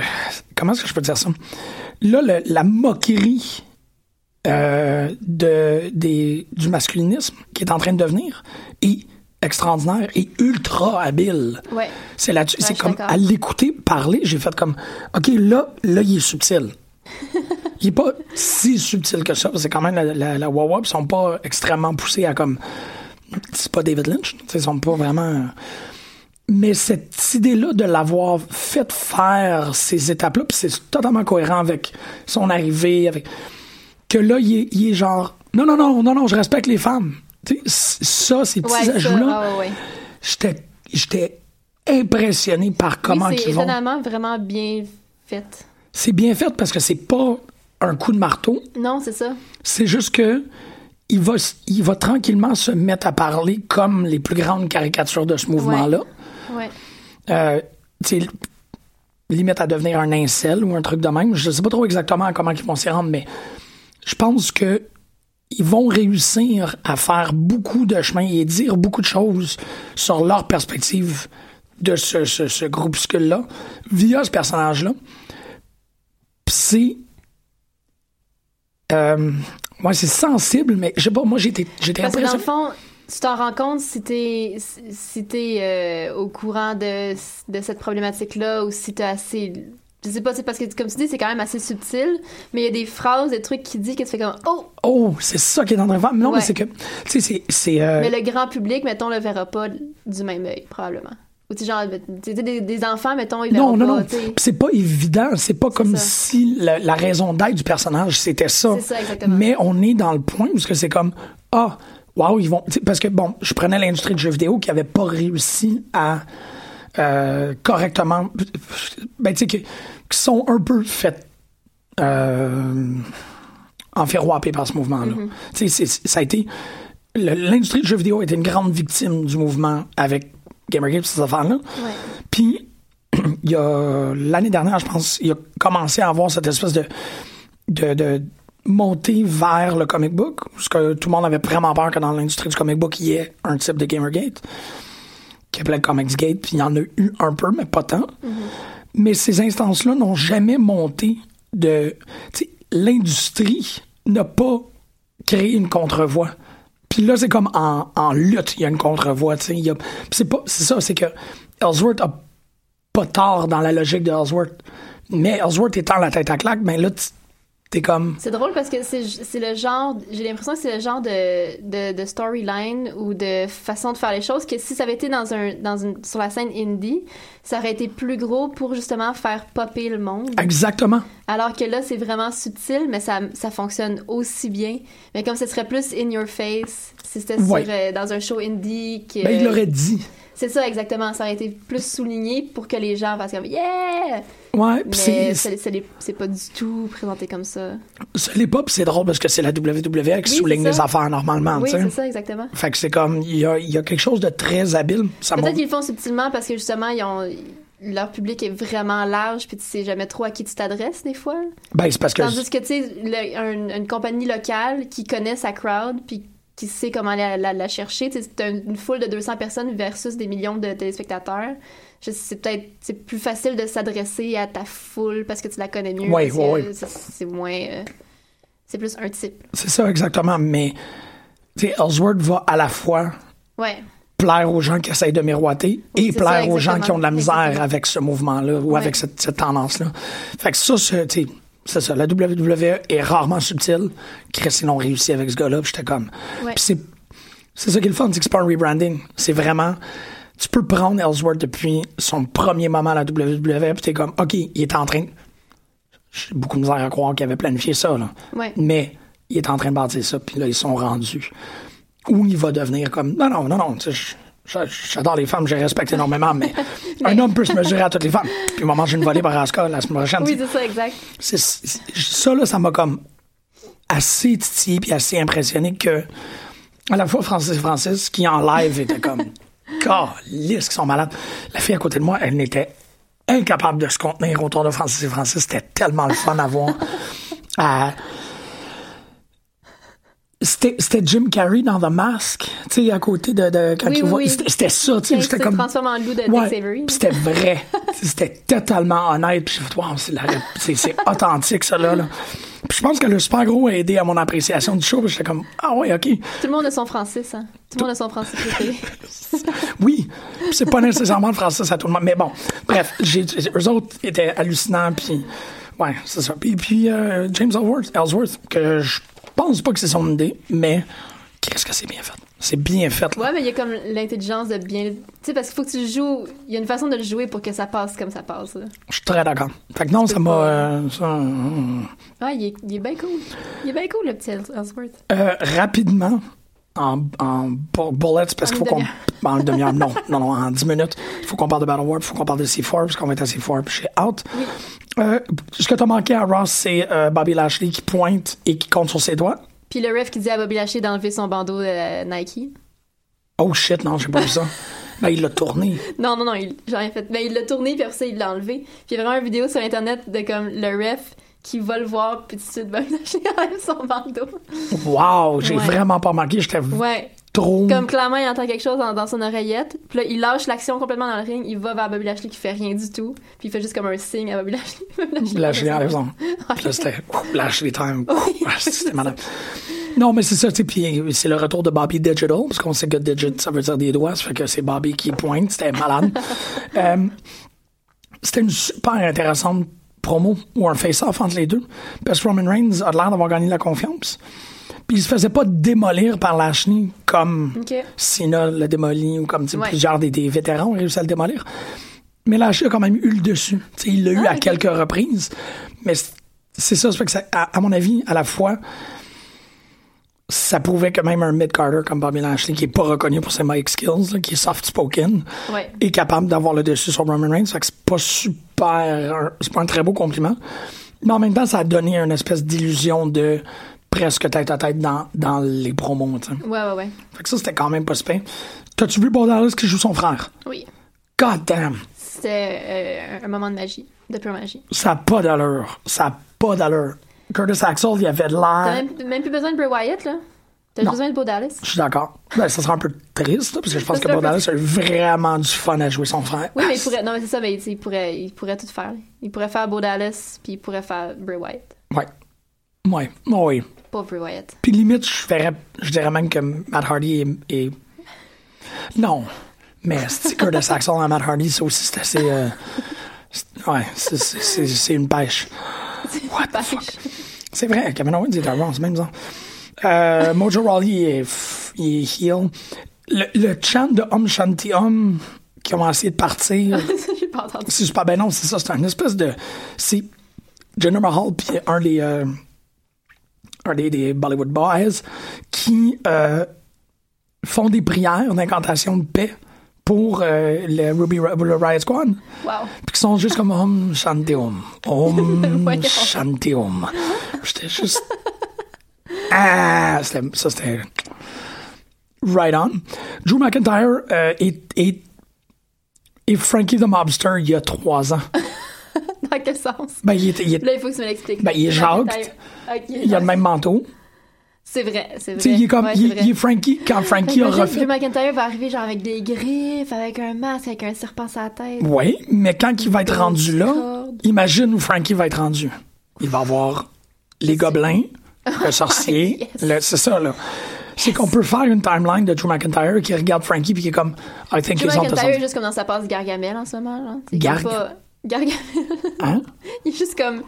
comment est-ce que je peux dire ça? Là, le- la moquerie euh, de, des, du masculinisme qui est en train de devenir est extraordinaire et ultra habile. Ouais. C'est là-dessus, Ouais, c'est je suis comme d'accord. à l'écouter parler, j'ai fait comme OK, là, là, il est subtil. il est pas si subtil que ça, parce que c'est quand même la, la, la Wawa, puis ils sont pas extrêmement poussés à comme c'est pas David Lynch, tu sais, ils sont pas vraiment mais cette idée-là de l'avoir fait faire ces étapes-là, puis c'est totalement cohérent avec son arrivée, avec que là, il est, il est genre non, non, non, non, non, je respecte les femmes. Tu sais, c- ça, ces petits Ouais, ça, ajouts-là ah ouais, ouais. j'étais j'étais impressionné par comment oui, c'est ils vont. étonnamment vraiment bien fait. C'est bien fait parce que c'est pas un coup de marteau, Non, c'est ça. c'est juste que il va s- il va tranquillement se mettre à parler comme les plus grandes caricatures de ce mouvement là. Ouais. Euh, tu sais, limite à devenir un incel ou un truc de même, je sais pas trop exactement comment ils vont s'y rendre mais je pense que ils vont réussir à faire beaucoup de chemin et dire beaucoup de choses sur leur perspective de ce, ce, ce groupuscule-là via ce personnage-là. Puis c'est. Euh, ouais, c'est sensible, mais je sais pas, moi j'étais, j'étais Parce que dans le impressionné. fond, tu t'en rends compte si t'es si- si t'es, euh, au courant de, de cette problématique-là ou si t'es assez. Je sais pas, c'est parce que comme tu dis, c'est quand même assez subtil, mais il y a des phrases, des trucs qui dit que tu fais comme Oh! Oh, c'est ça qui est en train de faire. Non, Ouais. mais c'est que. Tu sais, c'est. c'est, euh, Mais le grand public, mettons, le verra pas du même œil, probablement. Ou tu sais, genre, tu sais, des, des enfants, mettons, ils verront non, non, pas. non. tu sais. Puis C'est pas évident. C'est pas comme ça. si la, la raison d'être du personnage, c'était ça. C'est ça, exactement. Mais on est dans le point parce que c'est comme ah waouh ils vont tu sais, parce que bon je prenais l'industrie du jeu vidéo qui avait pas réussi à euh, correctement ben tu sais qui, qui sont un peu faites euh, en fait roiper par ce mouvement là tu sais c'est- ça a été le- l'industrie du jeu vidéo était une grande victime du mouvement avec Gamergate et ces affaires là Ouais. puis, il y a l'année dernière, je pense, il a commencé à avoir cette espèce de, de, de montée vers le comic book, parce que tout le monde avait vraiment peur que dans l'industrie du comic book, il y ait un type de Gamergate, qui appelait le Comics Gate, puis il y en a eu un peu, mais pas tant. Mais ces instances-là n'ont jamais monté de... tu sais, l'industrie n'a pas créé une contre-voix. Puis là, c'est comme en, en lutte, il y a une contre-voix, tu sais. il y a- puis C'est pas- c'est ça, c'est que Ellsworth a pas tard dans la logique de Ellsworth. Mais Ellsworth étant la tête à claque, ben là, tu- t'es comme... C'est drôle parce que c'est c'est le genre, j'ai l'impression que c'est le genre de, de, de storyline ou de façon de faire les choses que si ça avait été dans un, dans une, sur la scène indie, ça aurait été plus gros pour justement faire popper le monde. Ah. Exactement. Alors que là, c'est vraiment subtil, mais ça, ça fonctionne aussi bien. Mais comme ce serait plus in your face, si c'était sur, Ouais. euh, dans un show indie. Que, Ben, il l'aurait dit. C'est ça, exactement. Ça aurait été plus souligné pour que les gens fassent comme Yeah! Ouais, pis Mais c'est... ça- ça l'est- c'est pas du tout présenté comme ça. Ça l'est pas, pis c'est drôle parce que c'est la WWE qui Oui, souligne c'est ça. les affaires normalement, oui, tu sais. c'est ça, exactement. Fait que c'est comme, il y a, il y a quelque chose de très habile. Ça Peut-être montre. qu'ils le font subtilement parce que justement, ils ont... leur public est vraiment large, puis tu sais jamais trop à qui tu t'adresses des fois. Ben, c'est parce que. Tandis que, tu sais, le- un- une compagnie locale qui connaît sa crowd, puis qui sait comment la, la- la chercher, tu sais, c'est un- une foule de 200 personnes versus des millions de téléspectateurs. Je- C'est peut-être c'est plus facile de s'adresser à ta foule parce que tu la connais mieux. Ouais, parce ouais, que ouais. c'est- C'est moins. euh, c'est plus un type. C'est ça, exactement. Mais, tu sais, Ellsworth va à la fois Ouais. plaire aux gens qui essayent de miroiter Oui, et c'est plaire ça, aux gens qui ont de la misère exactement. avec ce mouvement-là ou Ouais. avec cette, cette tendance-là. Fait que ça, c'est tu sais, c'est ça. La WWE est rarement subtile. Chris, ils l'ont réussi avec ce gars-là, puis j'étais comme... Ouais. Puis c'est c'est ça qui est le fun, c'est que c'est pas un rebranding. C'est vraiment... Tu peux prendre Ellsworth depuis son premier moment à la WWE, puis t'es comme, OK, il est en train... J'ai beaucoup de misère à croire qu'il avait planifié ça, là. Ouais. Mais il est en train de bâtir ça, puis là, ils sont rendus. Où il va devenir comme. Non, non, non, non. tu sais, je- je- J'adore les femmes, je les respecte énormément, mais un homme peut se mesurer à toutes les femmes. Puis au moment où j'ai une volée par Asuka la semaine prochaine, Oui, c'est ça, exact. c'est- c'est- ça, là, ça m'a comme assez titillé puis assez impressionné que à la fois Francis Francis, qui en live était comme calisse qui sont malades. La fille à côté de moi, elle n'était incapable de se contenir autour de Francis et Francis. C'était tellement le fun à voir. Euh, c'était c'était Jim Carrey dans The Mask, tu sais, à côté de, de- quand Oui, il oui, voit- oui. c'était- c'était ça, tu sais, Il se j'étais comme transforme en loup de Dick Ouais, Savory. pis c'était vrai. c'était totalement honnête. Puis j'ai fait, Wow, c'est, la- c'est- c'est authentique, ça, là. là. Puis je pense que le super gros a aidé à mon appréciation du show. parce que J'étais comme, ah ouais, OK. Tout le monde a son Francis, hein. Tout le monde a son Francis préféré. Oui. Puis c'est pas nécessairement le français à tout le monde. Mais bon, bref, j'ai, eux autres étaient hallucinants. Puis, ouais, c'est ça. Puis, puis, euh, James Ellsworth, Ellsworth, que je pense pas que c'est son idée, mais qu'est-ce que c'est bien fait. C'est bien fait, là. Ouais, mais il y a comme l'intelligence de bien. Tu sais, parce qu'il faut que tu le joues. Il y a une façon de le jouer pour que ça passe comme ça passe. là. Je suis très d'accord. Fait que non, ça m'a. euh, ça, euh, Ouais, Ah, il est, il est bien cool. Il est bien cool, le petit Ellsworth. Euh, rapidement, en, en bu- bullets, parce En qu'il faut une qu'on. En une demi-heure, non, non, non, en 10 minutes. Il faut qu'on parle de Battle War, il faut qu'on parle de C4, parce qu'on va être à C4, puis j'ai out. Euh, ce que t'as manqué à Ross, c'est euh, Bobby Lashley qui pointe et qui compte sur ses doigts. Puis le ref qui dit à Bobby Lashley d'enlever son bandeau euh, Nike. Oh shit, non, j'ai pas vu ça. Ben, il l'a tourné. Non, ben, non, non, il, j'ai rien fait. Mais il l'a tourné, puis après ça, il l'a enlevé. Puis il y a vraiment une vidéo sur Internet de comme le ref qui va le voir, puis tout de suite va acheter quand même son bandeau. Wow, j'ai Ouais. vraiment pas marqué, j'étais Ouais. trop. Comme clairement, il entend quelque chose dans, dans son oreillette. Puis là, il lâche l'action complètement dans le ring. Il va vers Bobby Lashley qui fait rien du tout. Puis il fait juste comme un signe à Bobby Lashley. Bobby Lashley. Lâche les raisons. Puis là, c'était ouf, lâche les times. Ouf, ah, C'était malade. Non, mais c'est ça, tu sais, puis euh, c'est le retour de Bobby Digital, parce qu'on sait que Digit, ça veut dire des doigts, ça fait que c'est Bobby qui pointe, c'était malade. Euh, c'était une super intéressante promo ou un face-off entre les deux, parce que Roman Reigns a l'air d'avoir gagné la confiance. Puis il se faisait pas démolir par Lashley comme Ok. Cena l'a démoli ou comme tu sais, Ouais. plusieurs des, des vétérans ont réussi à le démolir. Mais Lashley a quand même eu le dessus. Tu sais, il l'a eu Ah, à quelques reprises. Mais c- c'est ça, ça fait que ça- à, à mon avis, à la fois, ça prouvait que même un mid-carter comme Bobby Lashley, qui est pas reconnu pour ses mic skills, là, qui est soft-spoken, Ouais. est capable d'avoir le dessus sur Roman Reigns. Ça fait que c'est pas super. un- C'est pas un très beau compliment. Mais en même temps, ça a donné une espèce d'illusion de presque tête à tête dans, dans les promos. tu sais. Ouais, ouais, ouais. Fait que ça, c'était quand même pas super. T'as-tu vu Bordalas qui joue son frère? Oui. God damn! C'était euh, un moment de magie, de pure magie. Ça n'a pas d'allure. Ça n'a pas d'allure. Curtis Axel, il avait de T'as l'air. même, même plus besoin de Bray Wyatt, là. T'as Ah. juste Non. besoin de Beau Dallas. Je suis d'accord. Ben, ça sera un peu triste, là, parce que je pense Ça que serait un peu Bordalas a eu vraiment du fun à jouer son frère. Oui, mais il pourrait. Non, mais c'est ça, mais il, il pourrait, il pourrait tout faire. Il pourrait faire Beau Dallas, puis il pourrait faire Bray Wyatt. Ouais. Ouais. Oh, oui. Pas Bray Wyatt. Puis limite, je verrais, je dirais même que Matt Hardy est. est- Non. Mais c'est- Curtis Axel à Matt Hardy, ça aussi, c'est assez. euh, c'est- Ouais, c'est- c'est c'est- c'est une pêche. What the fuck? C'est vrai, Cameron Owens est un bon, c'est même ça. Euh, Mojo Rawley, il est, f- il est heel. Le, le chant de Om Shanti Om qui ont essayé de partir, J'ai pas entendu. c'est super ben non, c'est ça, c'est un espèce de. C'est Jenna Mahal, puis un des. euh, un des, des Bollywood Boys qui euh, font des prières d'incantation de paix pour euh, le Ruby Ri- le Riot Squad Wow. puis qui sont juste comme Om Shanti Om. Om Voyons. Shanti Om. J'étais juste. Ah! c'était- Ça, c'était. Right on. Drew McIntyre euh, est, est, est Frankie the Mobster il y a trois ans. Dans quel sens? Ben, il est, il est- Là, il faut que tu me l'expliques. Ben, il est Jacques. jacked. il a le même manteau. C'est vrai, c'est vrai. Tu sais, il est comme. Ouais, c'est il, vrai. il est Frankie quand Frankie a Imagine, refait. Drew McIntyre va arriver genre avec des griffes, avec un masque, avec un serpent sur la tête. Oui, mais quand il va être rendu là, Discord. imagine où Frankie va être rendu. Il va avoir les gobelins, le sorcier, yes. le- c'est ça, là. C'est qu'on peut faire une timeline de Drew McIntyre qui regarde Frankie puis qui est comme I think Drew he's on the McIntyre est something. juste comme dans sa passe Gargamel en ce moment. Là. C'est Garg- comme pas- Gargamel. Hein? il est juste comme...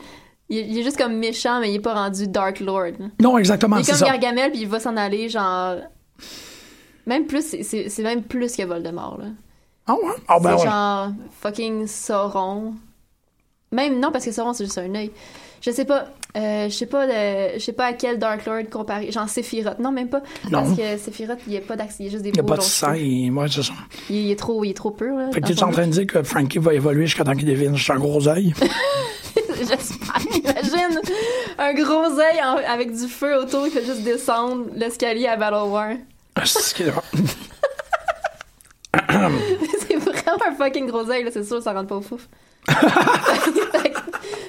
Il est, il est juste comme méchant, mais il est pas rendu Dark Lord. là. Non, exactement, Il est Ah, c'est comme ça. Gargamel, puis il va s'en aller genre... Même plus, c'est- c'est c'est même plus que Voldemort, là. Ah ouais? Ah ben c'est ouais. genre fucking Sauron. Même non parce que Sauron c'est juste un œil. Je sais pas, euh, je sais pas, le- je sais pas à quel Dark Lord comparer. Genre Sephiroth, non même pas Non. parce que Sephiroth il y a pas d'accès, il y a juste des Il n'y a beaux pas de longs sang cheveux. et moi, c'est ça. Il, il est trop, il est trop pur là. Fait que dans tu es son- en train de dire que Frankie va évoluer jusqu'à temps qu'il devienne juste un gros œil. J'espère. Imagine un gros œil en- avec du feu autour il fait juste descendre l'escalier à Battle War. Ah, c'est- excuse-moi. c'est vraiment un fucking gros œil, là, c'est sûr, ça rentre pas au fouf. fait, que-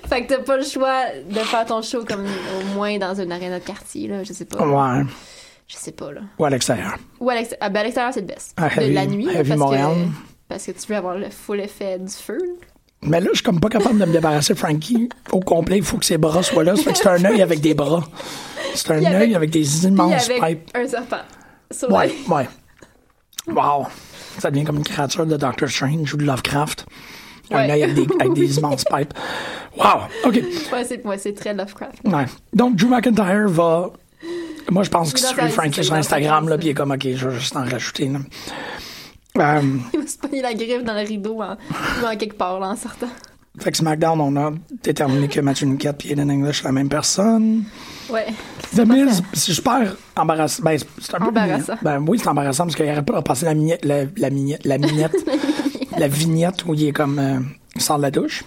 fait que t'as pas le choix de faire ton show comme au moins dans une arena de quartier, là, je sais pas. ouais. Je sais pas, là. Ou à l'extérieur. Ou à l'extérieur, ah, ben, à l'extérieur, c'est le best. À de Heavy- la nuit, là, Heavy parce Montréal. que, parce que tu veux avoir le full effet du feu. là. Mais là, je suis comme pas capable de me débarrasser de Frankie au complet. Il faut que ses bras soient là. Ça fait que c'est un œil avec des bras. C'est un Puis avec- œil avec des Puis immenses avec pipes. un serpent. Sur Ouais, l'œil. ouais. Wow. Ça devient comme une créature de Doctor Strange ou de Lovecraft. Un Ouais. œil avec des, avec des immenses pipes. Wow. OK. Ouais, c'est ouais, c'est très Lovecraft. Ouais. Donc, Drew McIntyre va. Moi, je pense que Il va c'est faire- Frankie il sur va Instagram, faire là, ça. puis il est comme, OK, je vais juste en rajouter. là. Euh, Il va se pogner la griffe dans le rideau en, ou en quelque part, là, en sortant. fait que SmackDown, on a déterminé que Matthew Niquette et Aiden English sont la même personne. Ouais. The Miz, c'est super embarrassant. Ben, c'est un peu Embarrassant. mignon. Ben oui, c'est embarrassant parce qu'il n'arrête pas de passer la mignette, la, la mignette, la mignette, la vignette où il est comme euh, il sort de la douche.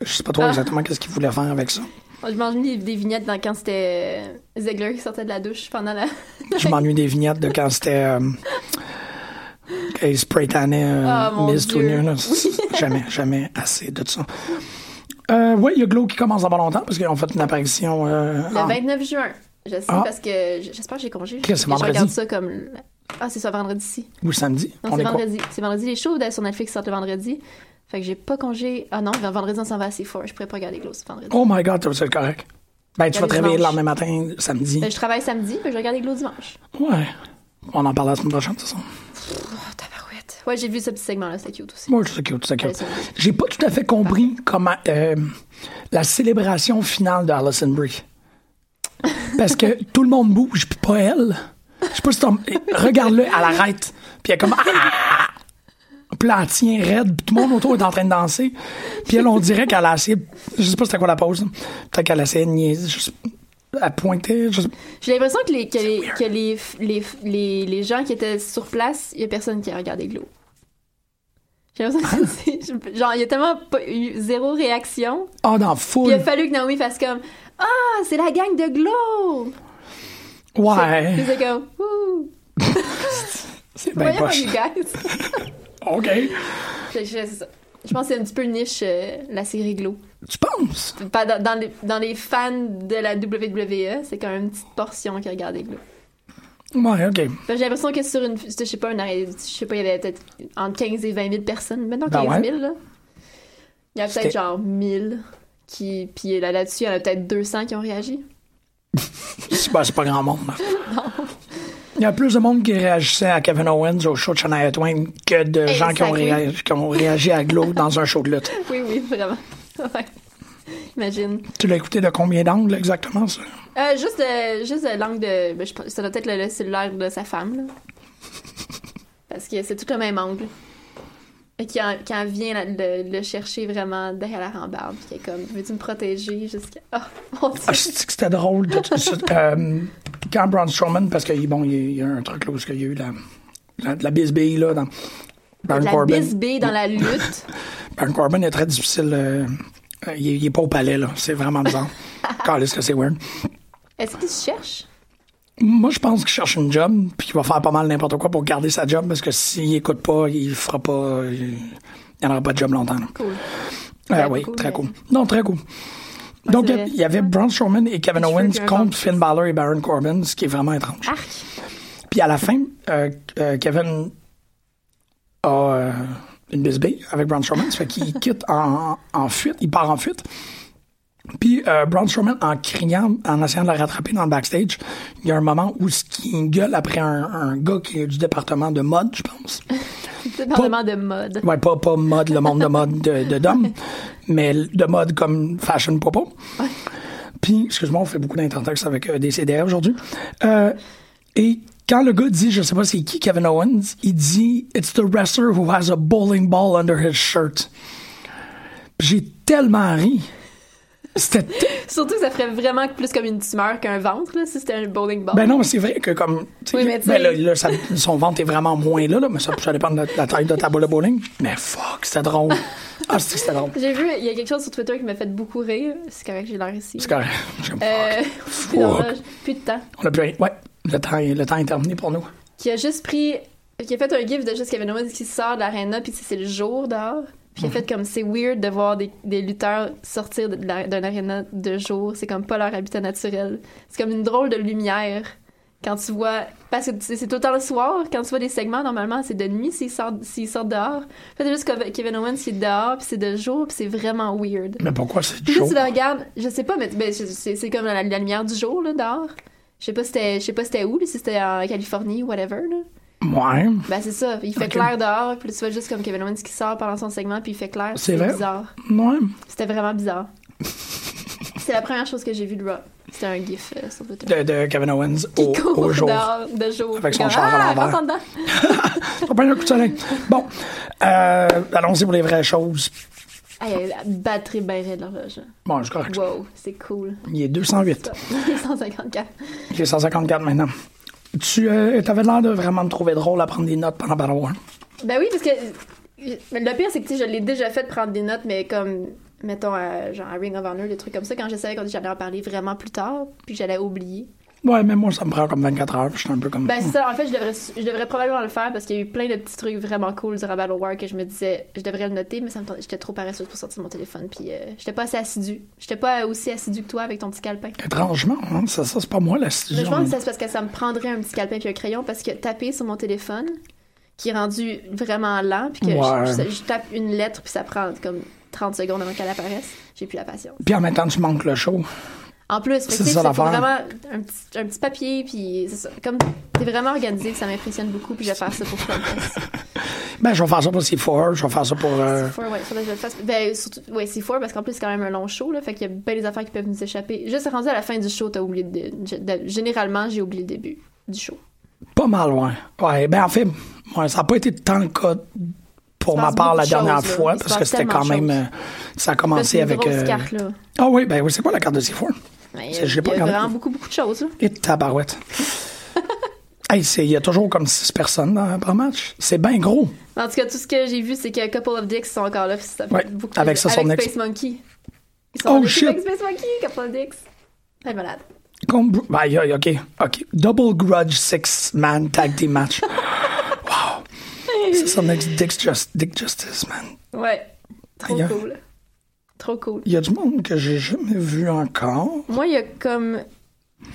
Je sais pas trop Ah. exactement qu'est-ce qu'il voulait faire avec ça. Oh, Je mange des, des vignettes dans quand c'était euh, Zegler qui sortait de la douche pendant la. Je m'ennuie des vignettes de quand c'était euh, quand il spray tannait euh, Ah, mon Miz tout Dieu. nu, là. C'est- Jamais, jamais assez de ça. Euh, ouais, il y a Glow qui commence dans pas longtemps parce qu'ils ont fait une apparition. euh, Le en- 29 juin. Je sais Ah. parce que j- j'espère que j'ai congé. Chris, c'est je vendredi. regarde ça comme. le- Ah, c'est ça, vendredi, si. Ou samedi. Non, on c'est est quoi? vendredi. C'est vendredi. Les shows sur Netflix sortent le vendredi. Fait que j'ai pas congé. Ah non, vendredi, on s'en va à C4. Je pourrais pas regarder Glow ce vendredi. Oh my god, c'est correct. Ben, tu vas te Regardez réveiller le dimanche. lendemain matin, samedi. Ben, je travaille samedi, puis je regarde Glow dimanche. Ouais. On en parle la semaine prochaine, de toute façon. Oh, tabarouette. Ouais, j'ai vu ce petit segment-là, c'est cute aussi. Moi, c'est cute, c'est Ouais, cute. c'est vrai. J'ai pas tout à fait compris comment euh, la célébration finale de Alison Brie. Parce que tout le monde bouge, puis pas elle. Je sais pas si t'en- Regarde-le, elle arrête. Puis elle est comme... Ah, ah, ah. Puis là, elle tient raide, puis tout le monde autour est en train de danser. Puis elle, on dirait qu'elle a essayé... Je sais pas c'était quoi la pause. là. Peut-être qu'elle a essayé de niaiser. Je sais- Elle pointait... Je sais- J'ai l'impression que, les, que, les, que les, les, les, les gens qui étaient sur place, il y a personne qui a regardé Glow. J'ai l'impression que c'est. Genre, il y a tellement pas eu zéro réaction. Ah, dans Puis full. il a fallu que Naomi fasse comme Ah, c'est la gang de Glow! Ouais. Puis c'est comme Ouh! C'est bien Voyons, Ben, poche. you guys! OK. je, je- c'est ça. Je pense que c'est un petit peu niche, euh, la série Glow. Tu penses? Pas Dans, dans les, dans les fans de la WWE, c'est quand même une petite portion qui a regardé Glow. Ouais, OK. Fait que J'ai l'impression que sur une. Je sais pas, une arrêt- je sais pas, il y avait peut-être entre 15 et 20 000 personnes. Maintenant, Ben 15 ouais. 000, là. Il y a C'était- peut-être genre 1000 qui. Puis là- là-dessus, il y en a peut-être 200 qui ont réagi. C'est pas, c'est pas grand monde. là. Il y a plus de monde qui réagissait à Kevin Owens au show de Shania Twain que de gens qui ont, Exactly. réagi, qui ont réagi à Glow dans un show de lutte. Oui, oui, vraiment. Ouais. Imagine. Tu l'as écouté de combien d'angles exactement, ça? Euh, juste, de, juste de l'angle de. ben, je pense- ça doit être le, le cellulaire de sa femme, là. Parce que c'est tout le même angle. Et quand, quand elle vient la- le, le chercher vraiment derrière la rambarde, puis qu'elle est comme, veux-tu me protéger jusqu'à. Oh mon dieu! Ah, c'est que c'était drôle. de- de- euh, quand Braun Strowman, parce que bon, il y a- il y a un truc là où il y a eu la, la, de la bisbille là, dans Baron la Corbin. bisbée dans la lutte. Baron Corbin est très difficile. euh, euh, il, est- il est pas au palais, là. C'est vraiment bizarre. Quand est-ce que c'est weird? Est-ce qu'il se cherche? Moi, je pense qu'il cherche une job, puis qu'il va faire pas mal n'importe quoi pour garder sa job, parce que s'il écoute pas, il fera pas. Il n'y en aura pas de job longtemps. là. Cool. Ah Très oui, cool, très mais- cool. Non, très cool. Donc, c'est vrai. il y avait Braun Strowman et Kevin Les cheveux Owens qui ont un ventre. contre Finn Balor et Baron Corbin, ce qui est vraiment étrange. Arc! Puis à la fin, euh, euh, Kevin a euh, une bisbée avec Braun Strowman, ça fait qu'il quitte en, en fuite, il part en fuite. Puis euh, Braun Strowman, en criant, en essayant de le rattraper dans le backstage, il y a un moment où ce qui gueule après un, un gars qui est du département de mode, je pense. Département de mode. Ouais, pas, pas mode, le monde de mode de, de Dom, mais de mode comme fashion popo. Puis, excuse-moi, on fait beaucoup d'intertextes avec euh, des CDR aujourd'hui. Euh, et quand le gars dit, je sais pas c'est qui, Kevin Owens, il dit « It's the wrestler who has a bowling ball under his shirt ». Puis J'ai tellement ri. C'était... te- Surtout que ça ferait vraiment plus comme une tumeur qu'un ventre, là, si c'était un bowling ball. Ben non, mais c'est vrai que comme... tu sais, Oh. Oui, mais tu ben sais- là, là, ça- son ventre est vraiment moins là, là, mais ça, ça dépend de la, la taille de ta boule de bowling. Mais fuck, c'était drôle. Ah, c'est que c'était drôle. J'ai vu, il y a quelque chose sur Twitter qui m'a fait beaucoup rire. C'est correct, j'ai l'air ici. C'est correct. J'aime pas. Euh, plus d'horloge, plus de temps. On a plus rien. Ouais, le temps, est- le temps est terminé pour nous. Qui a juste pris. Qui a fait un gif de juste Kevin Owens qui sort de l'aréna, puis c'est le jour dehors. Puis il a fait comme c'est weird de voir des, des lutteurs sortir de la- d'un aréna de jour. C'est comme pas leur habitat naturel. C'est comme une drôle de lumière. Quand tu vois. Parce que tu sais, c'est tout le temps le soir. Quand tu vois des segments, normalement, c'est de nuit s'ils sortent, s'ils sortent dehors. Fait juste comme Kevin Owens qui est dehors, puis c'est de jour, puis c'est vraiment weird. Mais pourquoi c'est Puis là, chaud? tu le regardes, je sais pas, mais ben, c'est- c'est c'est comme la, la lumière du jour, là, dehors. Je sais pas c'était, je sais pas c'était où, là, si c'était en Californie ou whatever, là. Ouais. Ben, c'est ça. Il fait Ok. clair dehors, puis là, tu vois juste comme Kevin Owens qui sort pendant son segment, puis il fait clair. C'est C'est vrai? bizarre. Ouais. C'était vraiment bizarre. c'est la première chose que j'ai vue de Raw. C'était un gif euh, sur Twitter. De, de Kevin Owens Qui au, court au jour. dehors de jour. Avec son Comme, char à Ah, l'envers. rentre dedans. T'as pas eu un coup de soleil. Bon, euh, allons-y pour les vraies choses. Ah, il y a la batterie bien raide, l'horloge. hein. Bon, c'est correct. Wow, c'est cool. Il est 208. Ça, 154. Il est 154 maintenant. Tu euh, avais l'air de vraiment me trouver drôle à prendre des notes pendant hein? Battle War. Ben oui, parce que euh, le pire, c'est que tu sais, je l'ai déjà fait de prendre des notes, mais comme, euh, mettons, à, genre à Ring of Honor, des trucs comme ça, quand je savais que j'allais en parler vraiment plus tard, puis que j'allais oublier. Ouais, mais moi, ça me prend comme 24 heures. Je suis un peu comme. Ben, c'est ça. En fait, je devrais, je devrais probablement le faire parce qu'il y a eu plein de petits trucs vraiment cool durant Battle War que je me disais, je devrais le noter, mais ça me tentait- j'étais trop paresseuse pour sortir mon téléphone. Puis, euh, j'étais pas assez assidue. J'étais pas aussi assidue que toi avec ton petit calepin. Étrangement, hein, ça, ça c'est pas moi la Mais studio. Ben, je pense que ça, c'est parce que ça me prendrait un petit calepin puis un crayon parce que taper sur mon téléphone, qui est rendu vraiment lent, puis que je- Ouais. je, je tape une lettre puis ça prend comme 30 secondes avant qu'elle apparaisse, j'ai plus la patience. Puis en même temps, tu manques le show. En plus, fait que, C'est tu sais, ça faut l'affaire. vraiment un petit, un petit papier, puis c'est ça. Comme t'es vraiment organisé, ça m'impressionne beaucoup, puis je vais faire ça pour Contest. Ben, je vais faire ça pour C4, je vais faire ça pour. euh, Four, ouais, faudrait que je le fasse. Ben, surtout, ouais, c'est four parce qu'en plus, c'est quand même un long show, là, fait qu'il y a bien des affaires qui peuvent nous échapper. Juste rendu à la fin du show, t'as oublié de- de- Généralement, j'ai oublié le début du show. Pas mal loin. Ouais, ben en fait, ouais, ça n'a pas été tant le cas Il pour se ma passe part la beaucoup de dernière choses, là. fois, Il se parce que passe c'était quand tellement même. de euh, ça a Là, commencé c'est une avec. grosse euh, carte, là. Ah oui, ben oui, c'est quoi la carte de C4? Mais C'est- Il y j'ai a, il y pas a regardé. vraiment beaucoup, beaucoup de choses. Là. Et tabarouette. hey, c'est- il y a toujours comme six personnes dans, par match. C'est bien gros. En tout cas, tout ce que j'ai vu, c'est que Couple of Dicks sont encore là. puis Ça fait Ouais, beaucoup avec ça, plaisir. son avec ex. Space Monkey. Ils Oh, en équipe shit. Avec Space Monkey, Couple of Dicks. Pas malade. Comme... Ben, aïe, aïe, OK. OK. Double Grudge Six Man Tag Team Match. wow. C'est son ex Dick, Just, Dick Justice, man. Ouais. Trop Aïe. cool. Trop cool. Il y a du monde que j'ai jamais vu encore. Moi, il y a comme.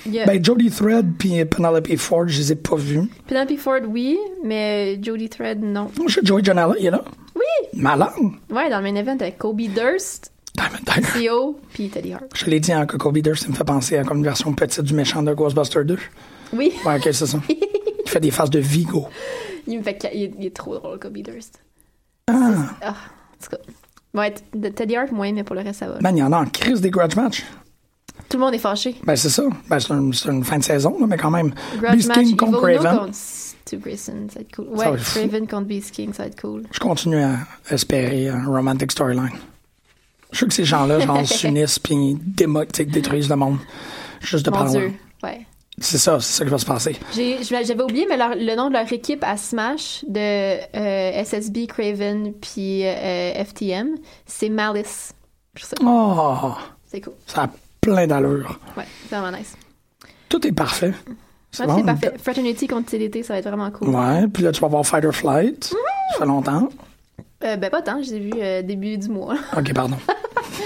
Il y a Ben, Jody Thread puis Penelope Ford, je les ai pas vus. Penelope Ford, oui, mais Jodie Thread, non. Moi, je Joey Janela, il est là. Oui! Malade. Ouais, dans le main event avec Kobe Durst, Diamond Tiger. Theo, puis Teddy Hart. Je l'ai dit en Coco Beater, ça me fait penser à comme une version petite du méchant de Ghostbusters 2. Oui, Ouais, ok, c'est ça. Il fait des faces de Vigo. il me fait. ca- Il est, il est trop drôle, Kobe Durst. Ah. Ah, en tout cas. Ouais, t- de Teddy Hart, moins, mais pour le reste, ça va. Man, il y en a en crise des grudge match. Tout le monde est fâché. Ben, c'est ça. Ben, c'est un- c'est une fin de saison, là, mais quand même. Grudge Beast match King King contre Craven. contre Stu Grayson, ça va être cool. va Ouais, être fou. Craven contre Beast King, ça va être cool. Je continue à espérer un romantic storyline. Je suis sûr que ces gens-là, genre, s'unissent puis ils démo- tu sais, détruisent le monde. Juste de Mon parler. Dieu. Ouais. C'est ça, c'est ça qui va se passer. J'ai- je- J'avais oublié mais leur- le nom de leur équipe à Smash de euh, SSB, Craven, puis euh, FTM, c'est Malice. Je trouve ça cool. Oh, C'est cool. ça a plein d'allure. Ouais, c'est vraiment nice. Tout est parfait. Ouais, bon, c'est parfait. Fraternity contre TDT, ça va être vraiment cool. Ouais, puis là, tu vas voir Fight or Flight. Ça fait longtemps. Euh, ben, pas tant, je les ai vus euh, début du mois. OK, pardon.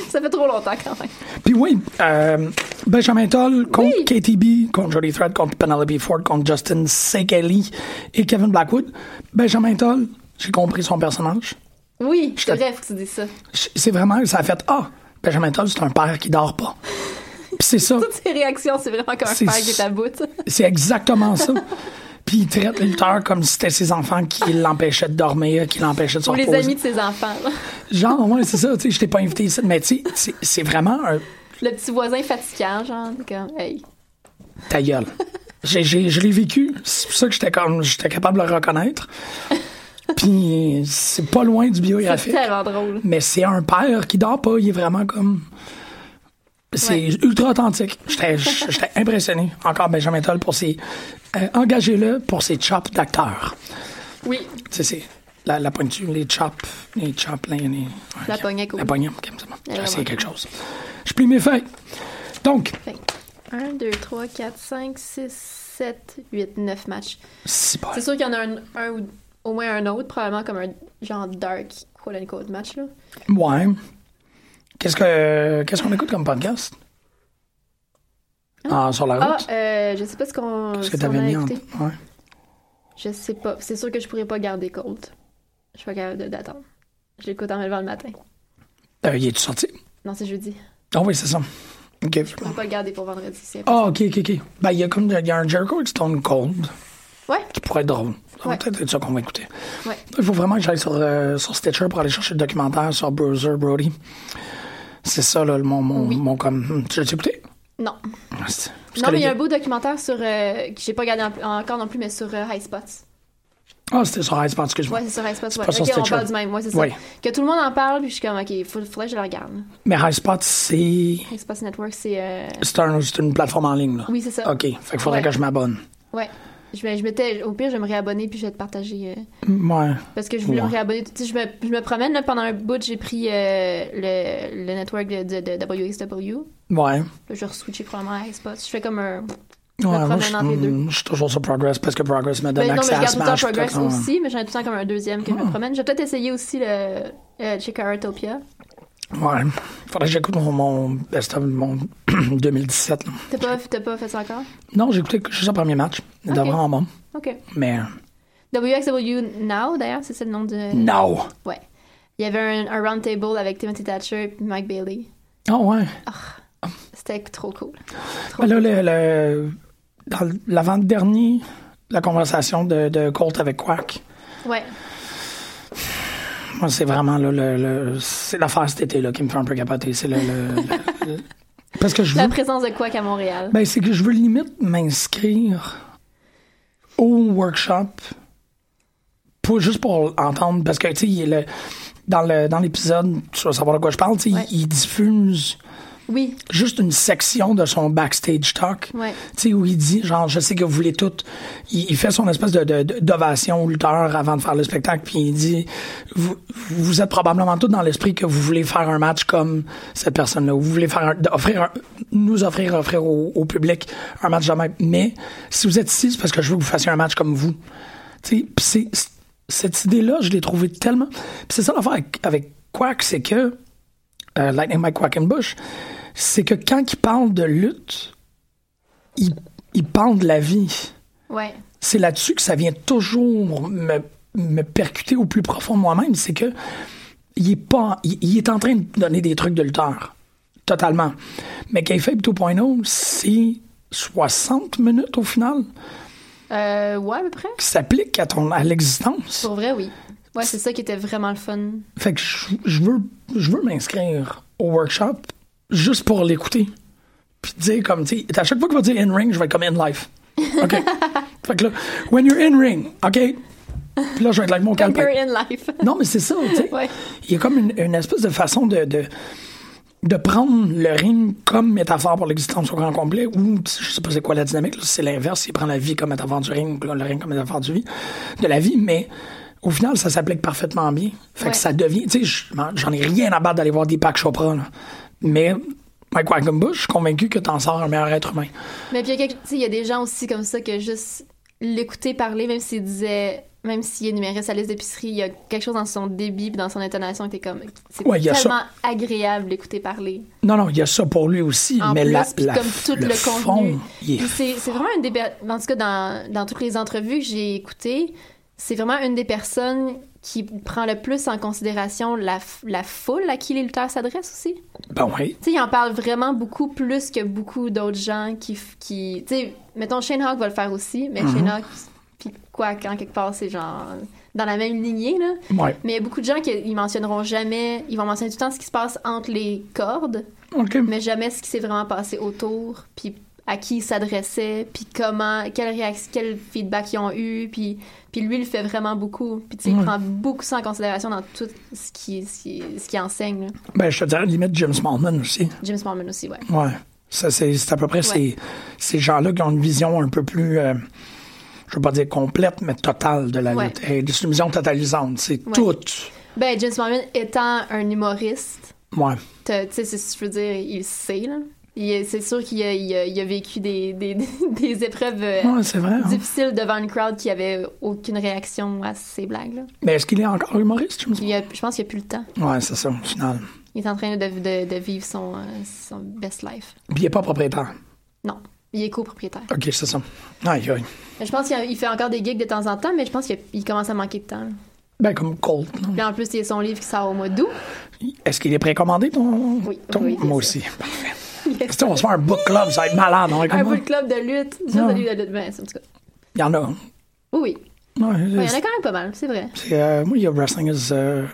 ça fait trop longtemps quand même. Puis oui, euh, Benjamin Toll contre Oui. KTB, contre Jody Thread, contre Penelope Ford, contre Justin Sekeli et Kevin Blackwood. Benjamin Toll, j'ai compris son personnage. Oui, Je c'est te- vrai, faut que tu dis ça. C'est vraiment, ça a fait Ah, Benjamin Toll, c'est un père qui dort pas. Puis c'est ça, Toutes ces réactions, c'est vraiment comme un C'est- père qui est à bout. c'est exactement ça. Puis il traite les lutteurs comme si c'était ses enfants qui l'empêchaient de dormir, qui l'empêchaient de se Ou les reposer. amis de ses enfants. là. Genre, ouais, c'est ça, tu sais, je t'ai pas invité ici. Mais tu sais, c'est- c'est vraiment un. Le petit voisin fatigant, genre, t'es comme, hey. ta gueule. J'ai- j'ai- je l'ai vécu. C'est pour ça que j'étais comme j'étais capable de le reconnaître. Puis c'est pas loin du C'est biographique. tellement drôle. Mais c'est un père qui dort pas. Il est vraiment comme. C'est Ouais. ultra authentique. J'étais j'étais impressionné. Encore Benjamin Toll pour ses. euh, Engagez-le pour ses chops d'acteur. Oui, Tu sais, c'est la, la pointure, les chops, les chops, les. les- La pognée, cool. Eh La pognée, ok, c'est bon. J'ai vraiment essayé quelque chose. Je plie mes feuilles. Donc, 1, 2, 3, 4, 5, 6, 7, 8, 9 matchs. c'est pas. C'est sûr qu'il y en a un, un ou au moins un autre, probablement comme un genre dark quote unquote match. Là. Ouais. Qu'est-ce que qu'est-ce qu'on écoute comme podcast? Ah, sur la Ah, route? euh, je sais pas ce qu'on Qu'est-ce ce que qu'on t'avais a mis en. écouté. Ouais. Je sais pas. C'est sûr que je pourrais pas garder compte. Je suis pas capable de- d'attendre. Je l'écoute en me levant le matin. Euh, il est sorti? Non, c'est jeudi. Ah oui, c'est ça. Ok. Je pourrais pas le garder pour vendredi. c'est- Ah, ok, ok, ok. Ben, il y a comme il y a un Jericho et Stone Cold Ouais, qui pourrait être drôle. Ça va Ouais. peut-être être ça qu'on va écouter. ouais. Il faut vraiment que j'aille sur, euh, sur Stitcher pour aller chercher le documentaire sur Bruiser Brody. C'est ça, là, le- mon, mon, Oui. mon comme. Hum, Tu l'as écouté? Non. Ah, c'est- parce Non, que mais il y a le- un beau documentaire sur. euh, que j'ai pas regardé en- encore non plus, mais sur euh, High Spots. Ah, c'était sur Ice, excuse-moi. Ouais, c'est sur High Spots. Ouais. pas sur Ok, on Stitcher. parle du même. Ouais, c'est ça. Ouais. Que tout le monde en parle, puis je suis comme, ok, faut- faudrait que je le regarde. Mais High Spot, c'est. High Spots Network, c'est. euh, C'est un- c'est une plateforme en ligne, là. Oui, c'est ça. OK. Fait qu'il faudrait Ouais. que je m'abonne. Ouais. Je, me- je m'étais, au pire, je vais me réabonner puis je vais te partager. euh, Ouais. parce que je voulais Ouais. me réabonner. Tu sais, je me, je me promène là, pendant un bout, j'ai pris euh, le, le network de, de, de WXW. Ouais. Là, je vais re-switcher probablement à Xbox. Je fais comme un, me moi, promène je, entre les deux. mm, je suis toujours sur Progress parce que Progress me donne Ben non, accès mais je à garde tout le temps Smash. puis Progress tout, non. aussi, mais j'en ai tout le temps comme un deuxième Ah. que je me promène. Je vais peut-être essayer aussi le, euh, le Chikaratopia. Ouais. Faudrait que j'écoute mon, mon best-of de mon 2017. là. T'as pas, t'as pas fait ça encore? Non, j'ai écouté juste le premier match. Il était Ok. vraiment bon. OK. Mais euh, WXW Now, d'ailleurs, c'est ça le nom de... no! Ouais. Il y avait un, un round table avec Timothy Thatcher et puis Mike Bailey. Ah ouais. C'était trop cool. Trop Ben là, cool. le, le- dans l'avant-dernier, la conversation de, de Colt avec Quack, Ouais. moi, c'est vraiment là, le, le- c'est l'affaire cet été là, qui me fait un peu capoter. C'est le, le- le- Parce que je La veux, présence de Quack à Montréal. ben, c'est que je veux limite m'inscrire au workshop pour, juste pour entendre. Parce que, tu sais, il est le- dans, le, dans l'épisode, tu vas savoir de quoi je parle, tu sais, Ouais. il, il diffuse Oui, juste une section de son backstage talk. Ouais. Tu sais, où il dit, genre, je sais que vous voulez tout. Il, il fait son espèce de, de- de- d'ovation au lutteur avant de faire le spectacle, puis il dit, vous, vous êtes probablement tous dans l'esprit que vous voulez faire un match comme cette personne-là. Vous voulez faire un- offrir un- nous offrir, offrir au, au public un match de même. Mais si vous êtes ici, c'est parce que je veux que vous fassiez un match comme vous. Tu sais, puis c'est- c'est- cette idée-là, je l'ai trouvée tellement. Puis c'est ça l'affaire avec, avec Quack, c'est que euh, Lightning Mike Quackenbush, c'est que quand il parle de lutte, il, il parle de la vie. ouais. C'est là-dessus que ça vient toujours me, me percuter au plus profond de moi-même. C'est que il est, pas, il, il est en train de donner des trucs de lutteur. Totalement. Mais Kayfabe 2.0, oh, c'est 60 minutes au final Euh, ouais, à peu près. qui s'applique à, ton- à l'existence. Pour vrai, oui. Ouais, c'est ça qui était vraiment le fun. Fait que je, je veux, je veux m'inscrire au workshop juste pour l'écouter. Puis dire comme, tu sais, à chaque fois qu'il va dire in-ring, je vais être comme in-life. OK. fait que là, when you're in-ring, OK. Puis là, je vais être like mon Comme calepin. You're in life. Non, mais c'est ça, tu sais. Ouais. Il y a comme une, une espèce de façon de, de, de prendre le ring comme métaphore pour l'existence au grand complet, ou je sais pas c'est quoi la dynamique, là, si c'est l'inverse, il prend la vie comme métaphore du ring, ou le ring comme métaphore du vie, de la vie, mais au final, ça s'applique parfaitement bien. Fait Ouais. que ça devient, tu sais, je- j'en ai rien à battre d'aller voir des packs Chopra, là. mais Mike Wackenbush, je suis convaincu que t'en sors un meilleur être humain. Mais puis, il y a quelque- tu sais, il y a des gens aussi comme ça que juste l'écouter parler, même s'il disait, même s'il énumérait sa liste d'épicerie, il y a quelque chose dans son débit puis dans son intonation qui est comme. C'est Ouais, il y a ça. tellement agréable l'écouter parler. Non, non, il y a ça pour lui aussi, En mais plus, la, puis la- comme tout le, fond, contenu. il est Puis C'est c'est vraiment une des. per- En tout cas, dans, dans toutes les entrevues que j'ai écoutées, c'est vraiment une des personnes qui prend le plus en considération la, f- la foule à qui les lutteurs s'adressent aussi. Ben oui. Tu sais, il en parle vraiment beaucoup plus que beaucoup d'autres gens qui. f- qui tu sais, mettons, Shane Hawk va le faire aussi, mais Shane Hawk, puis quoi, quand quelque part, c'est genre dans la même lignée, là. Ouais. Mais il y a beaucoup de gens qui ils mentionneront jamais, ils vont mentionner tout le temps ce qui se passe entre les cordes, OK. mais jamais ce qui s'est vraiment passé autour, puis à qui il s'adressait, puis comment, quelle réaction, quel feedback ils ont eu, puis, puis lui, il le fait vraiment beaucoup. Puis tu sais, il Ouais. prend beaucoup ça en considération dans tout ce qui, ce qui, ce qui enseigne. là. Ben, je te dirais limite James Smallman aussi. James Mormon aussi, ouais. Ouais. Ça, c'est c'est à peu près ces, ces gens-là qui ont une vision un peu plus, euh, je veux pas dire complète, mais totale de la Ouais. lutte. Et C'est une vision totalisante. C'est Ouais. tout. Ben, James Mormon étant un humoriste, Ouais. t'as- tu sais, c'est- je veux dire, il le sait, là. Il est- C'est sûr qu'il a, il a- il a vécu des, des, des épreuves euh, Ouais, c'est vrai. hein. difficiles devant une crowd qui avait aucune réaction à ses blagues, là. Mais est-ce qu'il est encore humoriste, James Il a- je pense qu'il a plus le temps. Ouais, c'est ça, au final. Il est en train de, de- de vivre son, euh, son best life. Puis il est pas propriétaire. Non, il est copropriétaire. OK, c'est ça. Aïe, aïe. Mais je pense qu'il a- il fait encore des gigs de temps en temps, mais je pense qu'il il commence à manquer de temps. là. Ben, comme Colt. non? Puis en plus, il y a son livre qui sort au mois d'août. Est-ce qu'il est précommandé, ton. Oui, ton- oui, bien Moi sûr. aussi. Parfait. Tu sais, on va se faire un book club, ça va être malade. on va être Un comme, bout de club de lutte. Juste Non. un livre de lutte. Ben, c'est- en tout cas. Il y en a. Ouais, Oui, oui. Ouais, il y en c'est- a quand même pas mal, c'est vrai. Euh, C'est, euh, moi, il y a Wrestling is. euh,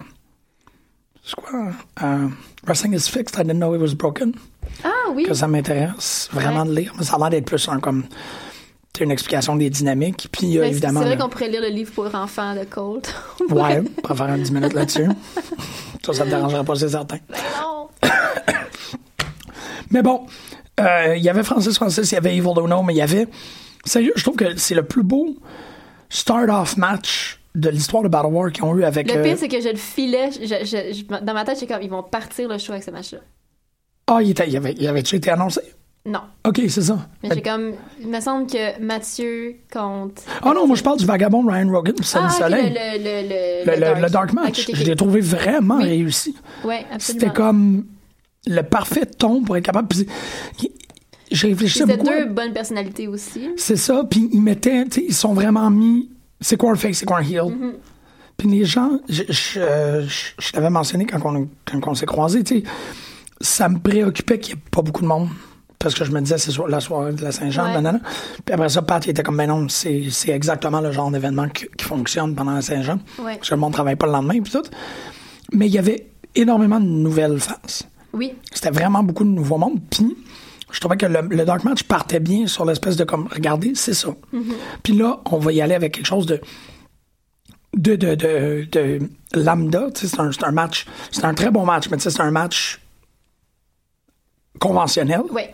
c'est quoi? Euh, wrestling is fixed, I didn't know it was broken. Ah oui. Que ça m'intéresse vraiment de lire. Mais ça a l'air d'être plus un comme. c'est une explication des dynamiques. Puis, il y a Ben, c'est évidemment. vrai le- qu'on pourrait lire le livre pour enfants de Colt. Ouais, on va faire un 10 minutes là-dessus. ça, ça me dérangera pas, c'est certain. Non. Mais bon, euh, il y avait Francis Francis, il y avait Evil Dono, mais il y avait. Sérieux, je trouve que c'est le plus beau start-off match de l'histoire de Battle War qu'ils ont eu avec. Le euh, pire, c'est que je le filais. je- je- je- dans ma tête, j'étais comme, ils vont partir le show avec ce match-là. Ah, il, était, il, avait, il avait-tu été annoncé? Non. OK, c'est ça. Mais j'ai comme. Il me semble que Mathieu compte. Ah non, moi je parle du vagabond Ryan Rogan, c'est Ah, le ok, soleil. le, le, Le, le, le- le Dark Match. Ok, ok, ok. Je l'ai trouvé vraiment Oui. réussi. Ouais, absolument. C'était comme le parfait ton pour être capable. Puis c'est- J'ai réfléchi C'était beaucoup. hein. deux bonnes personnalités aussi. C'est ça, puis ils mettaient, tu sais, ils sont vraiment mis. C'est quoi un face, c'est quoi un heel. Mhm. Puis les gens, je, je, euh, je- je l'avais mentionné quand on, quand on s'est croisés, tu sais, ça me préoccupait qu'il n'y ait pas beaucoup de monde. Parce que je me disais, c'est so- la soirée de la Saint-Jean, Ouais. nanana. Puis après ça, Pat il était comme, ben non, c'est c'est exactement le genre d'événement qui, qui fonctionne pendant la Saint-Jean. Ouais. Parce que le monde ne travaille pas le lendemain, puis tout. Mais il y avait énormément de nouvelles faces Oui. c'était vraiment beaucoup de nouveaux mondes. Puis, je trouvais que le, le Dark Match partait bien sur l'espèce de comme, regardez, c'est ça. Puis là, on va y aller avec quelque chose de. de, de, de, de lambda. Tu sais, C'est un, c'est un match. C'est un très bon match, mais tu sais, c'est un match conventionnel Ouais.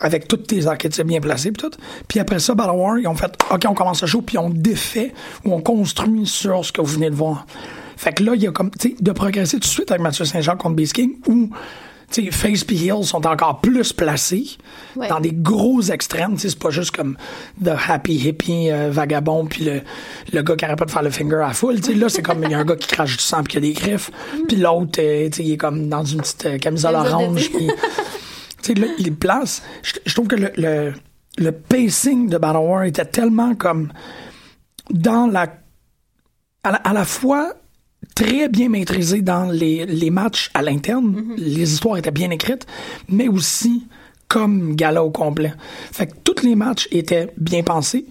avec tous tes archétypes bien placés puis tout. Puis après ça, Battle War, ils ont fait OK, on commence le show, puis on défait ou on construit sur ce que vous venez de voir. Fait que là, il y a comme, tu sais, de progresser tout de suite avec Mathieu Saint-Jean contre Beast King, où, tu sais, Face puis Hill sont encore plus placés Ouais. dans des gros extrêmes. Tu sais, c'est pas juste comme The Happy Hippie euh, Vagabond, puis le, le gars qui arrête pas de faire le finger à full. Tu sais, là, c'est comme, il y a un gars qui crache du sang, puis qui a des griffes, puis l'autre, euh, tu sais, il est comme dans une petite euh, camisole Camisole de orange, thé. puis tu sais, là, il place. Je, je trouve que le, le, le pacing de Battle War était tellement comme dans la. à la, à la fois très bien maîtrisé dans les, les matchs à l'interne, les histoires étaient bien écrites, mais aussi comme gala au complet. Fait que tous les matchs étaient bien pensés,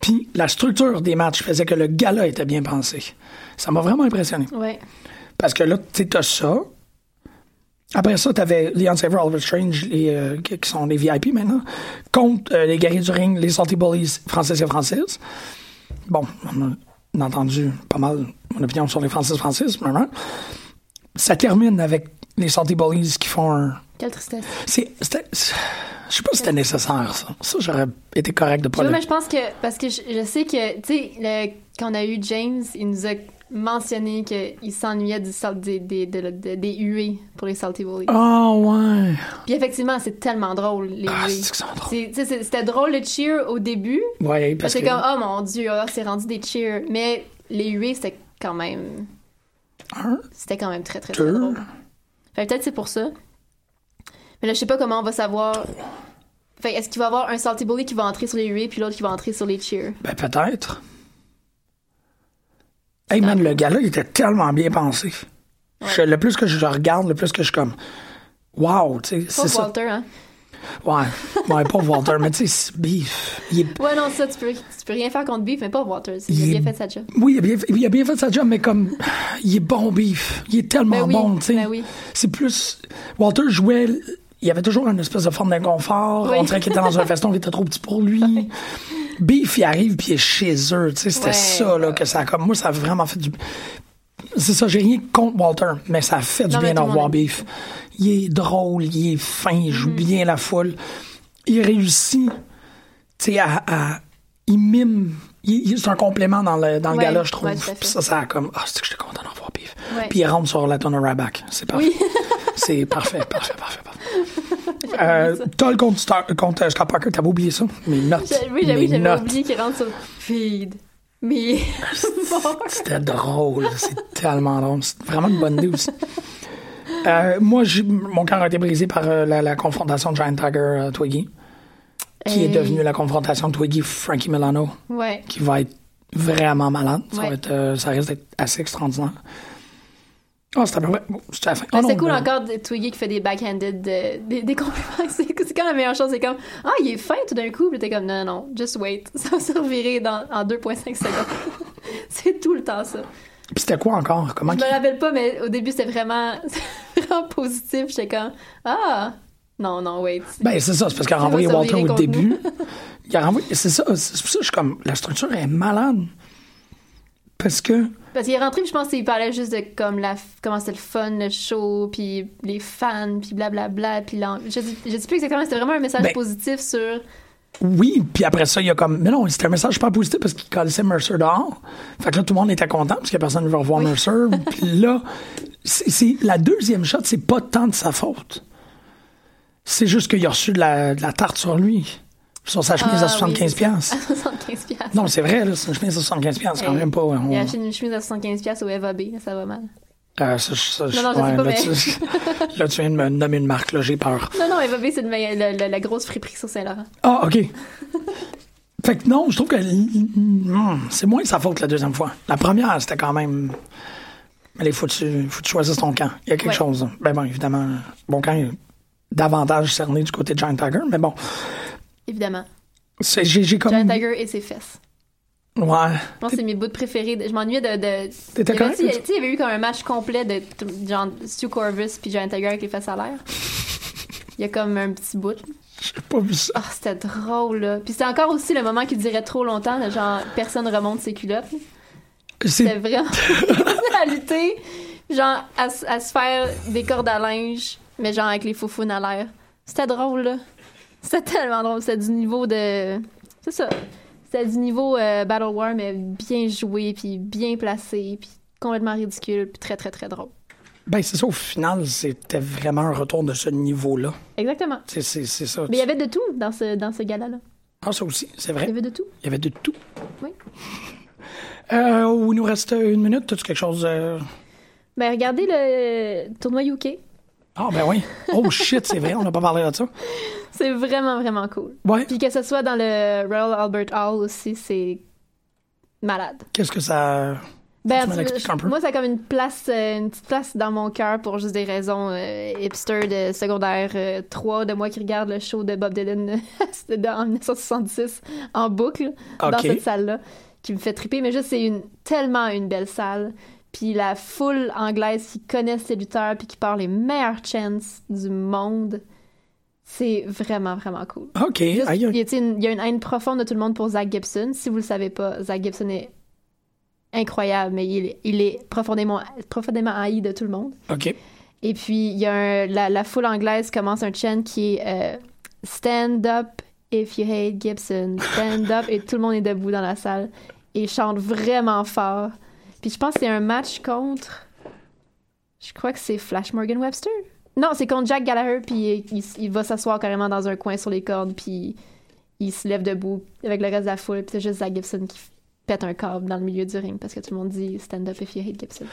puis la structure des matchs faisait que le gala était bien pensé. Ça m'a vraiment impressionné. Ouais. Parce que là, tu sais, t'as ça. Après ça, t'avais Leon Saver, Oliver Strange, les, euh, qui qui sont les VIP maintenant, contre euh, les guerriers du ring, les Salty Bullies, Francis et Francis. Bon, on a entendu pas mal mon opinion sur les Francis Francis, maintenant. hein. Ça termine avec les Salty Bullies qui font un. Quelle tristesse. C'est. c'était- c'est- Je sais pas si c'était nécessaire, ça. Ça, j'aurais été correct de Tu pas vois, le. mais je pense que. Parce que je, je sais que, tu sais, le- quand on a eu James, il nous a mentionné qu'il s'ennuyait du sal- des, des, de- de- des huées pour les Salty Bullies. Ah, ouais. Puis effectivement, c'est tellement drôle, les Ah, huées. c'est que c'est drôle. C'est- tu sais, c'est- C'était drôle le cheer au début. Ouais, parce Parce que. que, comme, oh mon dieu, oh, c'est rendu des cheers. Mais les huées, c'était quand même. Un, C'était quand même très, très, très deux. drôle. Fait que peut-être c'est pour ça. Mais là, je sais pas comment on va savoir. Fait que est-ce qu'il va y avoir un salty bully qui va entrer sur les huées puis l'autre qui va entrer sur les cheers? Ben peut-être. Hey man, le gars-là, il était tellement bien pensé. Je- le plus que je le regarde, le plus que je suis comme. Wow, tu sais, Pas c'est ça. Walter, hein? Ouais, ouais, pas Walter, mais tu sais, c'est- beef. Il est- Ouais, non, ça, tu peux, tu peux rien faire contre Beef, mais pas Walter. c'est- Il Il a est- bien fait sa job. Oui, il a, bien, il a bien fait sa job, mais comme. Il est bon, beef. Il est tellement Ben oui, bon, tu sais. ben oui. C'est plus. Walter jouait. Il avait toujours une espèce de forme d'inconfort. Oui. On dirait qu'il était dans un feston qui était trop petit pour lui. Beef, il arrive puis il est chez eux. tu sais, C'était Ouais. ça là, que ça a comme. Moi, ça a vraiment fait du. C'est ça, j'ai rien contre Walter, mais ça fait du Non, mais bien tout d'en le monde voir aime. Mm. Beef. Il est drôle, il est fin, il joue bien la foule. Il réussit, tu sais, à, à- Il mime. Il- il- C'est un complément dans le, dans le Ouais, gala, je trouve. ouais, tout à fait. Puis ça, ça a comme. Ah, c'est que j'étais content d'en voir Beef. Ouais. Puis il rentre sur la tonne Ryback. C'est parfait. C'est parfait, parfait, parfait, parfait. Euh, T'as le compte, Star- compte euh, Scott Parker, t'avais oublié ça? Mes notes. J'ai- Oui, j'avoue, mes j'avais notes. oublié qu'il rentre sur Feed. Mais. C'était drôle. C'est tellement drôle. C'est vraiment une bonne idée aussi. Euh, moi, j'ai- mon cœur a été brisé par euh, la, la confrontation de Giant Tiger euh, Twiggy, qui est Hey. devenue la confrontation de Twiggy Frankie Milano, Ouais. qui va être vraiment malade. Ça, va Ouais. être, euh, ça risque d'être assez extraordinaire. Ah, c'est à peu près. C'est à la fin. Ben, Ah non, c'est cool le- encore de Twiggy qui fait des backhanded, euh, des, des compliments. C'est c'est comme la meilleure chose. C'est comme Ah, il est fin tout d'un coup. Puis t'es comme Non, non, just wait. Ça va se revirer dans, en 2,5 secondes. c'est tout le temps ça. Puis c'était quoi encore? Comment Je qu'il- me rappelle pas, mais au début, c'était vraiment, c'était vraiment positif. J'étais comme Ah, non, non, wait. Ben, c'est ça, c'est parce qu'elle a Ça va renvoyé Walter survivre au contre début. Il a renvoyé. C'est ça, c'est pour ça que je suis comme. La structure est malade. Parce que. Parce qu'il est rentré, puis je pense qu'il parlait juste de comme la, comment c'était le fun, le show, puis les fans, puis blablabla. puis l'en- je, dis, je dis plus exactement, c'était vraiment un message Ben, positif sur. Oui, puis après ça, il y a comme. Mais non, c'était un message pas positif parce qu'il collait Mercer dehors. Fait que là, tout le monde était content parce que personne ne veut revoir Mercer. Puis là, c'est, c'est- la deuxième shot, c'est pas tant de sa faute. C'est juste qu'il a reçu de la, de la tarte sur lui, sur sa chemise Ah, à 75$. oui. À piastres. 75 piastres. Non, mais c'est vrai, là, c'est une chemise à 75$, piastres, quand Hey. même pas. hein. on- Eh Il a acheté une chemise à 75 piastres au Eva B, ça va mal. Euh, ça, ça, Non, non, je sais ouais, pas, là, mais- tu, là, tu viens de me nommer une marque, là, j'ai peur. Non, non, Eva B, c'est le ma- le- le- la grosse friperie sur Saint-Laurent. Ah, OK. fait que non, je trouve que hmm, c'est moins de sa faute la deuxième fois. La première, c'était quand même. Mais il faut que tu faut que tu choisisses ton camp. Il y a quelque Ouais. chose. Ben bon, évidemment, bon camp est davantage cerné du côté de Giant Tiger, mais bon, Évidemment. Ah, c'est- j'ai j'ai comme. Giant Tiger et ses fesses. Ouais. Moi, c'est mes bouts préférés. de- Je m'ennuyais de. de... T'étais Il y avait- correct, tu sais, tu- il y avait eu comme un match complet de t- genre, Stu Corvus puis Giant Tiger avec les fesses à l'air. Il y a comme un petit bout. J'ai pas vu ça. Ah, c'était drôle, là. Puis c'était encore aussi le moment qui durait trop longtemps, là, genre personne remonte ses culottes. C'était C'est vraiment à lutter, genre à, s- à se faire des cordes à linge, mais genre avec les foufounes à l'air. C'était drôle, là. C'était tellement drôle. C'était du niveau de. C'est ça. C'était du niveau euh, Battle War, mais bien joué, puis bien placé, puis complètement ridicule, puis très, très, très drôle. ben, c'est ça, au final, c'était vraiment un retour de ce niveau-là. Exactement. C'est c'est- c'est ça. Mais il y avait de tout dans ce, dans ce gala-là. Ah, ça aussi, c'est Il y vrai. avait de tout. Il y avait de tout. Oui. Euh, il nous reste une minute. T'as-tu quelque chose? euh? Ben, regardez le tournoi UK. Ah, ben oui. Oh shit, c'est vrai, on n'a pas parlé de ça. C'est vraiment, vraiment cool. Ouais. Puis que ce soit dans le Royal Albert Hall aussi, c'est malade. Qu'est-ce que ça. Ben, Tu m'en tu- expliques un peu. moi, ça a comme une place, euh, une petite place dans mon cœur pour juste des raisons euh, hipster de secondaire euh, 3 de moi qui regarde le show de Bob Dylan c'était dans- en 1966 en boucle dans Ok. cette salle-là qui me fait triper. Mais juste, c'est une, tellement une belle salle. Puis la foule anglaise qui connaissent les lutteurs puis qui parle les meilleurs chants du monde, c'est vraiment, vraiment cool. Ok. Juste, aïe, il, aïe. y a, tu sais, une, il y a une haine profonde de tout le monde pour Zach Gibson. Si vous le savez pas, Zach Gibson est incroyable, mais il, il est profondément, profondément haï de tout le monde. Ok. Et puis, il y a un- la, la foule anglaise commence un chant qui est euh, Stand up if you hate Gibson. Stand up. Et tout le monde est debout dans la salle. Et chante vraiment fort. Puis je pense que c'est un match contre. Je crois que c'est Flash Morgan Webster. Non, c'est contre Jack Gallagher. Puis il, il va s'asseoir carrément dans un coin sur les cordes. Puis il se lève debout avec le reste de la foule. Puis c'est juste Zach Gibson qui pète un câble dans le milieu du ring parce que tout le monde dit Stand up if you hate Gibson.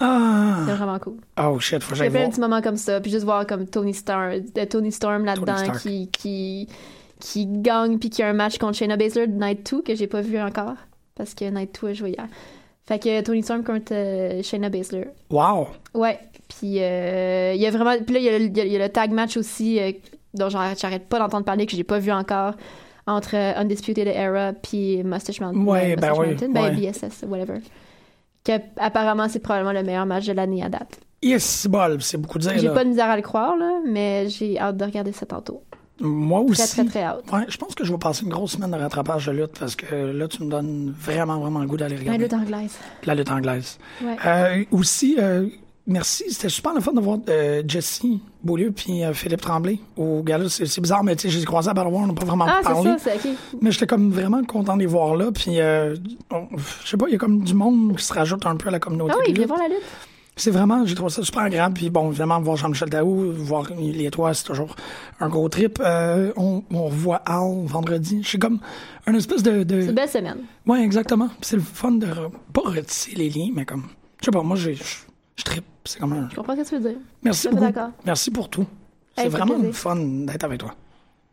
Ah. C'est vraiment cool. Oh shit, faut Il que y j'aille a plein voir. de petits moments comme ça, puis juste voir comme Tony, Star, euh, Tony Storm là-dedans Stark. qui, qui, qui gagne, puis qui a un match contre Shayna Baszler de Night 2 que j'ai pas vu encore, parce que Night 2 a joué hier. Fait que Tony Storm contre euh, Shayna Baszler. Wow. Ouais, puis euh, il y a vraiment. Puis là, il y a le- il y, a- il y a le tag match aussi, euh, dont j'arrête j'arrête pas d'entendre parler, que j'ai pas vu encore, entre euh, Undisputed Era puis Mustache Mountain. Ouais, euh, ben Mustache oui, Mountain, ben ouais. BSS, whatever. Que, apparemment, c'est probablement le meilleur match de l'année à date. Yes, bol, c'est beaucoup dire. J'ai là. pas de misère à le croire, là, mais j'ai hâte de regarder ça tantôt. Moi aussi. Très, très, très hâte. Ouais, je pense que je vais passer une grosse semaine de rattrapage de lutte parce que là, tu me donnes vraiment, vraiment le goût d'aller La regarder lutte anglaise. la lutte anglaise. Ouais. Euh, aussi, euh, merci. C'était super le fun de voir euh, Jessie Beaulieu puis euh, Philippe Tremblay au gala. C'est c'est bizarre, mais tu sais, j'ai croisé à Battle War, on n'a pas vraiment Ah, c'est parlé. ça, c'est ok. Mais j'étais comme vraiment content de les voir là. Puis, euh, on- je sais pas, il y a comme du monde qui se rajoute un peu à la communauté. Ah oui, de venez lutte. voir la lutte. C'est vraiment, j'ai trouvé ça super agréable. Puis bon, évidemment, voir Jean-Michel Daou, voir les toits, c'est toujours un gros trip. Euh, on, on revoit Al vendredi. Je suis comme un espèce de. de- C'est une belle semaine. Ouais, exactement. Puis c'est le fun de. re- Pas retisser les liens, mais comme. Je sais pas, moi, j'ai- je je trip. C'est comme un. Je comprends ce que tu veux dire. Merci Je suis beaucoup. d'accord. Merci pour tout. C'est Hey, ça fait vraiment le plaisir. fun d'être avec toi.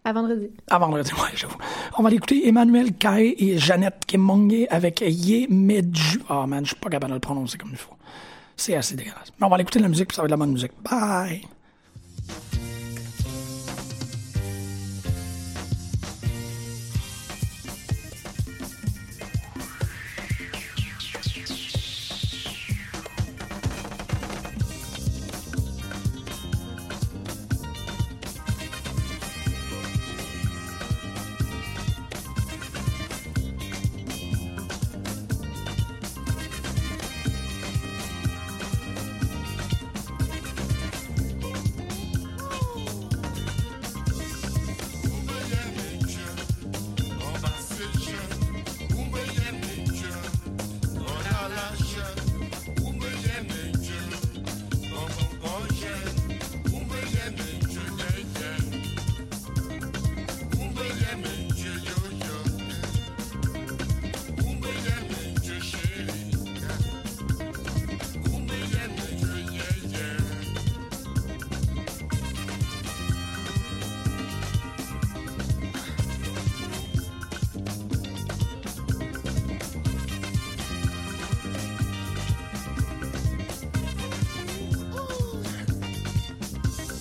À vendredi. À vendredi, ouais, j'avoue. On va aller écouter Emmanuel Kaé et Jeannette Kimongue avec Ye Medju. Ah, man, je suis pas capable de le prononcer comme il faut. C'est assez dégueulasse. Mais on va aller écouter de la musique, puis ça va être de la bonne musique. Bye!